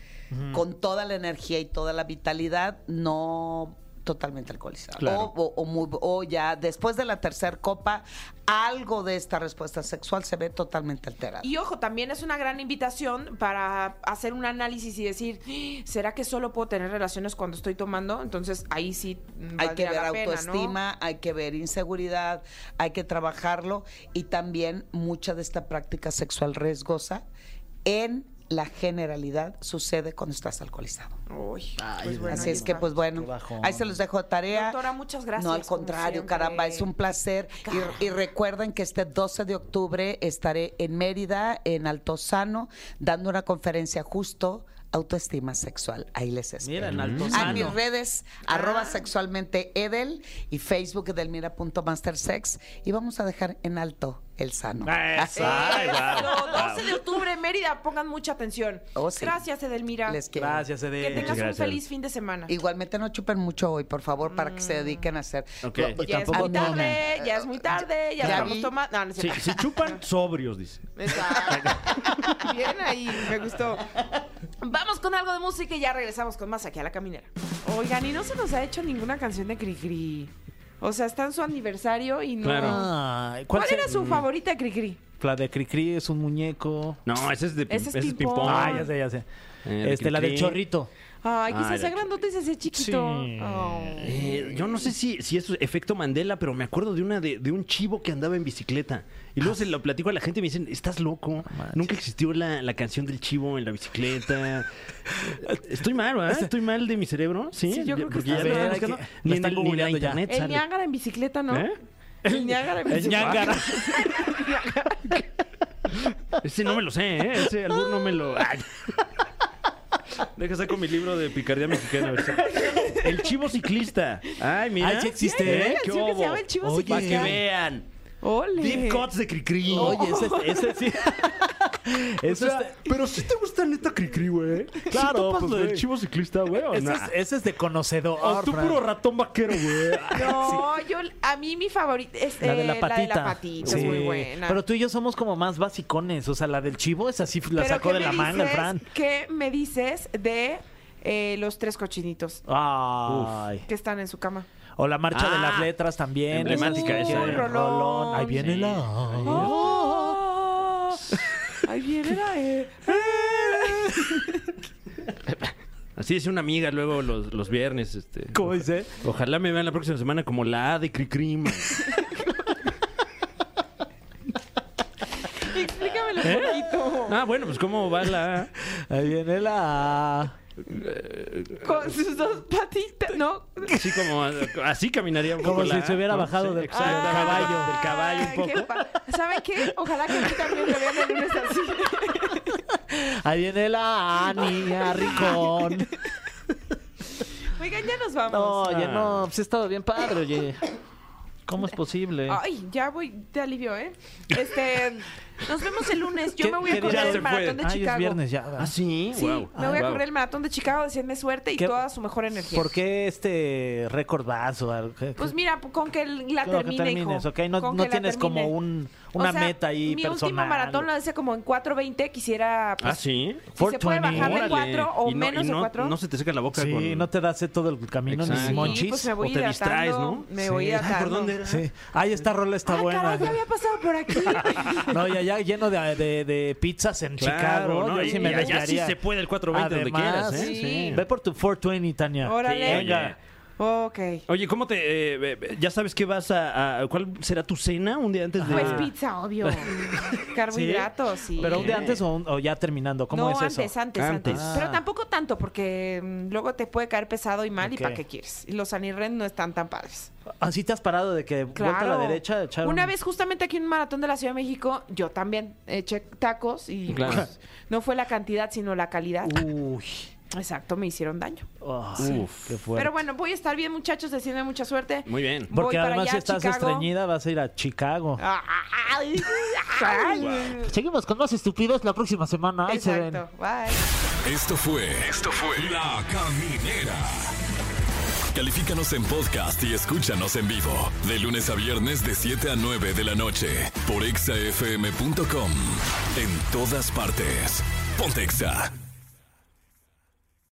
Speaker 6: con toda la energía y toda la vitalidad, no totalmente alcoholizado.
Speaker 3: Claro.
Speaker 6: O, o- o muy- o ya después de la tercera copa, algo de esta respuesta sexual se ve totalmente alterada.
Speaker 2: Y ojo, también es una gran invitación para hacer un análisis y decir, "Ah, ¿será que solo puedo tener relaciones cuando estoy tomando? Entonces, ahí sí mm,
Speaker 6: Hay que
Speaker 2: valdría
Speaker 6: ver
Speaker 2: la pena, ¿no?
Speaker 6: autoestima, hay que ver inseguridad, hay que trabajarlo y también mucha de esta práctica sexual riesgosa en la generalidad sucede cuando estás alcoholizado.
Speaker 2: Uy,
Speaker 1: Ay,
Speaker 2: pues bueno,
Speaker 6: Así
Speaker 2: ahí
Speaker 6: es que
Speaker 2: está.
Speaker 6: pues
Speaker 1: Qué
Speaker 6: bueno,
Speaker 1: bajón.
Speaker 6: ahí se los dejo de tarea.
Speaker 2: Doctora, muchas gracias,
Speaker 6: No, al
Speaker 2: como
Speaker 6: contrario,
Speaker 2: siempre.
Speaker 6: caramba, es un placer. Y, y recuerden que este 12 de octubre estaré en Mérida, en Altozano, dando una conferencia justo autoestima sexual. Ahí les espero.
Speaker 1: Mira, en alto
Speaker 6: A Ah, mis
Speaker 1: sano.
Speaker 6: redes, arroba sexualmente Edel y Facebook delmira.mastersex. Y vamos a dejar en alto el sano.
Speaker 3: Eso. Ay, guau,
Speaker 2: Eso,
Speaker 3: guau.
Speaker 2: 12 Eh, de octubre, Mérida, pongan mucha atención.
Speaker 6: Oh, sí.
Speaker 2: Gracias, Edelmira.
Speaker 6: Les quiero.
Speaker 1: Gracias,
Speaker 2: Que
Speaker 1: Ede.
Speaker 2: tengas un
Speaker 3: Gracias.
Speaker 2: feliz fin de semana.
Speaker 6: Igualmente no chupen mucho hoy, por favor, para que se dediquen a hacer.
Speaker 3: Ok.
Speaker 6: Lo-
Speaker 3: Y
Speaker 2: Ya es muy
Speaker 6: tomen.
Speaker 2: tarde, ya es muy tarde, ya
Speaker 6: Ya
Speaker 2: estamos
Speaker 6: vi.
Speaker 2: tomando. No, no es
Speaker 3: Sí,
Speaker 2: cierto.
Speaker 3: si chupan, sobrios, dice.
Speaker 2: Exacto. Bien ahí, me gustó. Vamos con algo de música y ya regresamos con más aquí a la caminera. Oigan, y no se nos ha hecho ninguna canción de Cricri. O sea, está en su aniversario y no.
Speaker 7: Claro.
Speaker 1: Ay,
Speaker 2: ¿Cuál,
Speaker 1: se-
Speaker 2: era su
Speaker 1: Mm,
Speaker 2: favorita de Cricri?
Speaker 1: La de Cricri es un muñeco.
Speaker 7: No, ese es de
Speaker 2: Ese es
Speaker 7: ese es
Speaker 2: ping-pong.
Speaker 7: ping-pong.
Speaker 2: Ah.
Speaker 1: Ah, ya sé, ya sé.
Speaker 7: Eh, de
Speaker 1: este, la del
Speaker 7: Cricri.
Speaker 1: chorrito.
Speaker 2: Ay, que
Speaker 7: Ah,
Speaker 2: se hacía
Speaker 7: era-
Speaker 2: grandote y se hacía chiquito. Oh.
Speaker 1: Sí.
Speaker 2: Ay.
Speaker 7: Eh, yo no sé si, si es efecto Mandela, pero me acuerdo de una de, de un chivo que andaba en bicicleta. Y luego se lo platico a la gente y me dicen, estás loco. Nunca existió la, la canción del chivo en la bicicleta. Estoy mal, ¿verdad? Estoy mal de mi cerebro. Sí,
Speaker 2: Sí, yo creo que
Speaker 7: Porque
Speaker 2: estás mal.
Speaker 7: ya lo estoy
Speaker 2: Hay
Speaker 7: buscando.
Speaker 1: que-
Speaker 7: Ni
Speaker 1: lo están
Speaker 7: en el- ni en la
Speaker 1: googleando ya.
Speaker 7: internet
Speaker 2: El
Speaker 7: sale.
Speaker 2: Niágara en bicicleta, ¿no?
Speaker 7: ¿Eh?
Speaker 2: El Niágara en
Speaker 1: El
Speaker 2: bicicleta.
Speaker 1: ñángara.
Speaker 7: Ese no me lo sé, ¿eh? Ese albur no me lo. Ay. Deja saco mi libro de picardía mexicana. a ver si- El chivo ciclista. Ay, mira.
Speaker 1: Ay, sí existe, ¿eh?
Speaker 2: Hay una canción que se llama El chivo
Speaker 7: Para que
Speaker 2: ciclista.
Speaker 7: vean.
Speaker 2: Ole.
Speaker 7: Deep cuts de Cricri.
Speaker 1: Oye, ese, ese sí.
Speaker 7: O
Speaker 1: Eso
Speaker 7: sea,
Speaker 1: es-
Speaker 7: pero si te gusta neta Cricri, güey.
Speaker 1: Claro,
Speaker 7: Claro,
Speaker 1: pues,
Speaker 7: lo del
Speaker 1: güey.
Speaker 7: chivo ciclista, güey. O
Speaker 1: ese
Speaker 7: nah?
Speaker 2: ah.
Speaker 1: es, ese es de conocedor.
Speaker 7: O tú
Speaker 1: Fran.
Speaker 7: puro ratón vaquero, güey.
Speaker 2: No, yo, a mí mi favorita es
Speaker 1: La de
Speaker 2: eh,
Speaker 1: la patita.
Speaker 2: patita, es
Speaker 1: Sí.
Speaker 2: muy buena.
Speaker 1: Pero tú y yo somos como más basicones. O sea, la del chivo es así, la
Speaker 2: Pero,
Speaker 1: sacó
Speaker 2: ¿qué
Speaker 1: de
Speaker 2: me
Speaker 1: la manga el
Speaker 2: dices-
Speaker 1: Fran.
Speaker 2: ¿Qué me dices de eh, los tres cochinitos
Speaker 1: Ay.
Speaker 2: que están en su cama?
Speaker 1: O la marcha de
Speaker 7: Ah.
Speaker 1: las letras también.
Speaker 7: Emblemática
Speaker 1: Esa sí
Speaker 7: esa,
Speaker 1: que-
Speaker 7: ¿eh?
Speaker 2: Rolón.
Speaker 1: Ahí viene
Speaker 7: Sí.
Speaker 1: la.
Speaker 2: Oh, ahí viene la E.
Speaker 7: Así dice una amiga luego los, los viernes. Este.
Speaker 1: ¿Cómo dice?
Speaker 7: Ojalá me vean la próxima semana como la A de Cricri. man.
Speaker 2: Explícamelo
Speaker 1: ¿Eh?
Speaker 2: un poquito.
Speaker 7: Ah, bueno, pues cómo va la A.
Speaker 1: Ahí viene la.
Speaker 2: Con sus dos patitas, ¿no?
Speaker 7: Así como así caminaría un poco
Speaker 1: Como
Speaker 7: la
Speaker 1: si
Speaker 7: A,
Speaker 1: se hubiera
Speaker 7: ¿no?
Speaker 1: bajado
Speaker 7: Sí,
Speaker 1: del-
Speaker 7: exacto. Ah,
Speaker 1: del caballo.
Speaker 7: del caballo un
Speaker 2: Ay, qué
Speaker 7: poco.
Speaker 2: pa- ¿Saben qué? Ojalá que a mí también me vean el lunes así.
Speaker 1: Ahí viene la Ani, a Rincón.
Speaker 2: Oigan, ya nos vamos.
Speaker 1: No, oye, no, pues he estado bien padre, oye. ¿Cómo es posible?
Speaker 2: Ay, ya voy de alivio, ¿eh? Este, nos vemos el lunes. Yo
Speaker 1: ¿Qué-
Speaker 2: me voy a
Speaker 1: qué día
Speaker 2: correr
Speaker 7: se
Speaker 2: el maratón de
Speaker 1: Ay,
Speaker 2: Chicago.
Speaker 1: es viernes ya. ¿verdad?
Speaker 7: Ah, sí,
Speaker 2: Sí,
Speaker 7: Guau.
Speaker 2: me voy a
Speaker 7: Guau.
Speaker 2: correr el maratón de Chicago, deseadme suerte y
Speaker 1: ¿Qué-
Speaker 2: toda su mejor energía.
Speaker 1: ¿Por qué este récord vas o algo? ¿Qué-
Speaker 2: Pues
Speaker 1: qué-
Speaker 2: mira, con que la
Speaker 1: Claro, que
Speaker 2: termine,
Speaker 1: termines,
Speaker 2: hijo.
Speaker 1: ok. No,
Speaker 2: Con
Speaker 1: no
Speaker 2: que la
Speaker 1: tienes como
Speaker 2: termine.
Speaker 1: un, una
Speaker 2: O sea,
Speaker 1: meta ahí
Speaker 2: mi último
Speaker 1: personal.
Speaker 2: maratón lo hice como en 4.20, quisiera... Pues,
Speaker 7: Ah,
Speaker 2: Si
Speaker 7: sí.
Speaker 2: se puede
Speaker 1: 420.
Speaker 2: bajar de
Speaker 7: Órale.
Speaker 2: 4 o
Speaker 7: Y no-
Speaker 2: menos
Speaker 7: y no,
Speaker 2: de 4.
Speaker 7: No se te seca la boca
Speaker 1: Sí,
Speaker 7: con...
Speaker 1: no te das eh, todo el camino
Speaker 7: Exacto.
Speaker 1: ni
Speaker 7: Sí,
Speaker 1: monchis.
Speaker 2: pues me voy
Speaker 7: o te
Speaker 2: hidratando,
Speaker 7: distraes, ¿no?
Speaker 2: Me
Speaker 7: Sí.
Speaker 2: voy
Speaker 7: Ay, ¿por
Speaker 2: hidratando.
Speaker 7: dónde era?
Speaker 1: Sí. Ay, esta rola está
Speaker 2: Ah,
Speaker 1: buena.
Speaker 2: caray, ya había pasado por aquí.
Speaker 1: No, ya, ya lleno de, de- de pizzas en
Speaker 7: Claro,
Speaker 1: Chicago.
Speaker 7: ¿no?
Speaker 1: Yo
Speaker 7: Y-
Speaker 1: sí me
Speaker 7: y allá sí
Speaker 1: desviaría. Ah,
Speaker 7: se puede el 420 donde
Speaker 1: Además,
Speaker 7: quieras, ¿eh?
Speaker 2: sí.
Speaker 1: Ve por tu 420, Tania.
Speaker 2: Órale.
Speaker 7: Sí,
Speaker 1: Venga.
Speaker 2: ok.
Speaker 7: Oye, ¿cómo te... eh, eh, ya sabes qué vas a, a- ¿Cuál será tu cena un día antes de...?
Speaker 2: Pues pizza, obvio. Carbohidratos, sí.
Speaker 1: Pero un día antes o, un- o ya terminando. ¿Cómo
Speaker 2: no,
Speaker 1: es
Speaker 2: antes,
Speaker 1: eso?
Speaker 2: antes,
Speaker 7: Antes.
Speaker 2: antes,
Speaker 1: Ah.
Speaker 2: Pero tampoco tanto, porque mm, luego te puede caer pesado y mal,
Speaker 1: Ok.
Speaker 2: ¿y para qué quieres? Y los anirren no están tan padres.
Speaker 1: Así te has parado de que vuelta a
Speaker 2: Claro.
Speaker 1: la derecha. Echar
Speaker 2: Una
Speaker 1: un-
Speaker 2: vez justamente aquí en un maratón de la Ciudad de México, yo también eché tacos y
Speaker 7: Claro.
Speaker 2: pues, no fue la cantidad, sino la calidad.
Speaker 1: Uy.
Speaker 2: Exacto, me hicieron daño.
Speaker 1: Oh,
Speaker 7: Uf.
Speaker 1: Qué fuerte.
Speaker 2: Pero bueno, voy a estar bien, muchachos, deseando mucha suerte.
Speaker 7: Muy bien.
Speaker 2: Voy
Speaker 1: Porque
Speaker 2: para
Speaker 1: además
Speaker 2: allá,
Speaker 1: si estás
Speaker 2: Chicago.
Speaker 1: estreñida vas a ir a Chicago.
Speaker 2: Ay, ay.
Speaker 1: Seguimos con más estúpidos la próxima semana. Ahí se ven.
Speaker 2: Exacto, bye.
Speaker 5: Esto fue. Esto fue. La Caminera. Califícanos en podcast y escúchanos en vivo. De lunes a viernes, de 7 a 9 de la noche. Por exafm.com. En todas partes. Pontexa.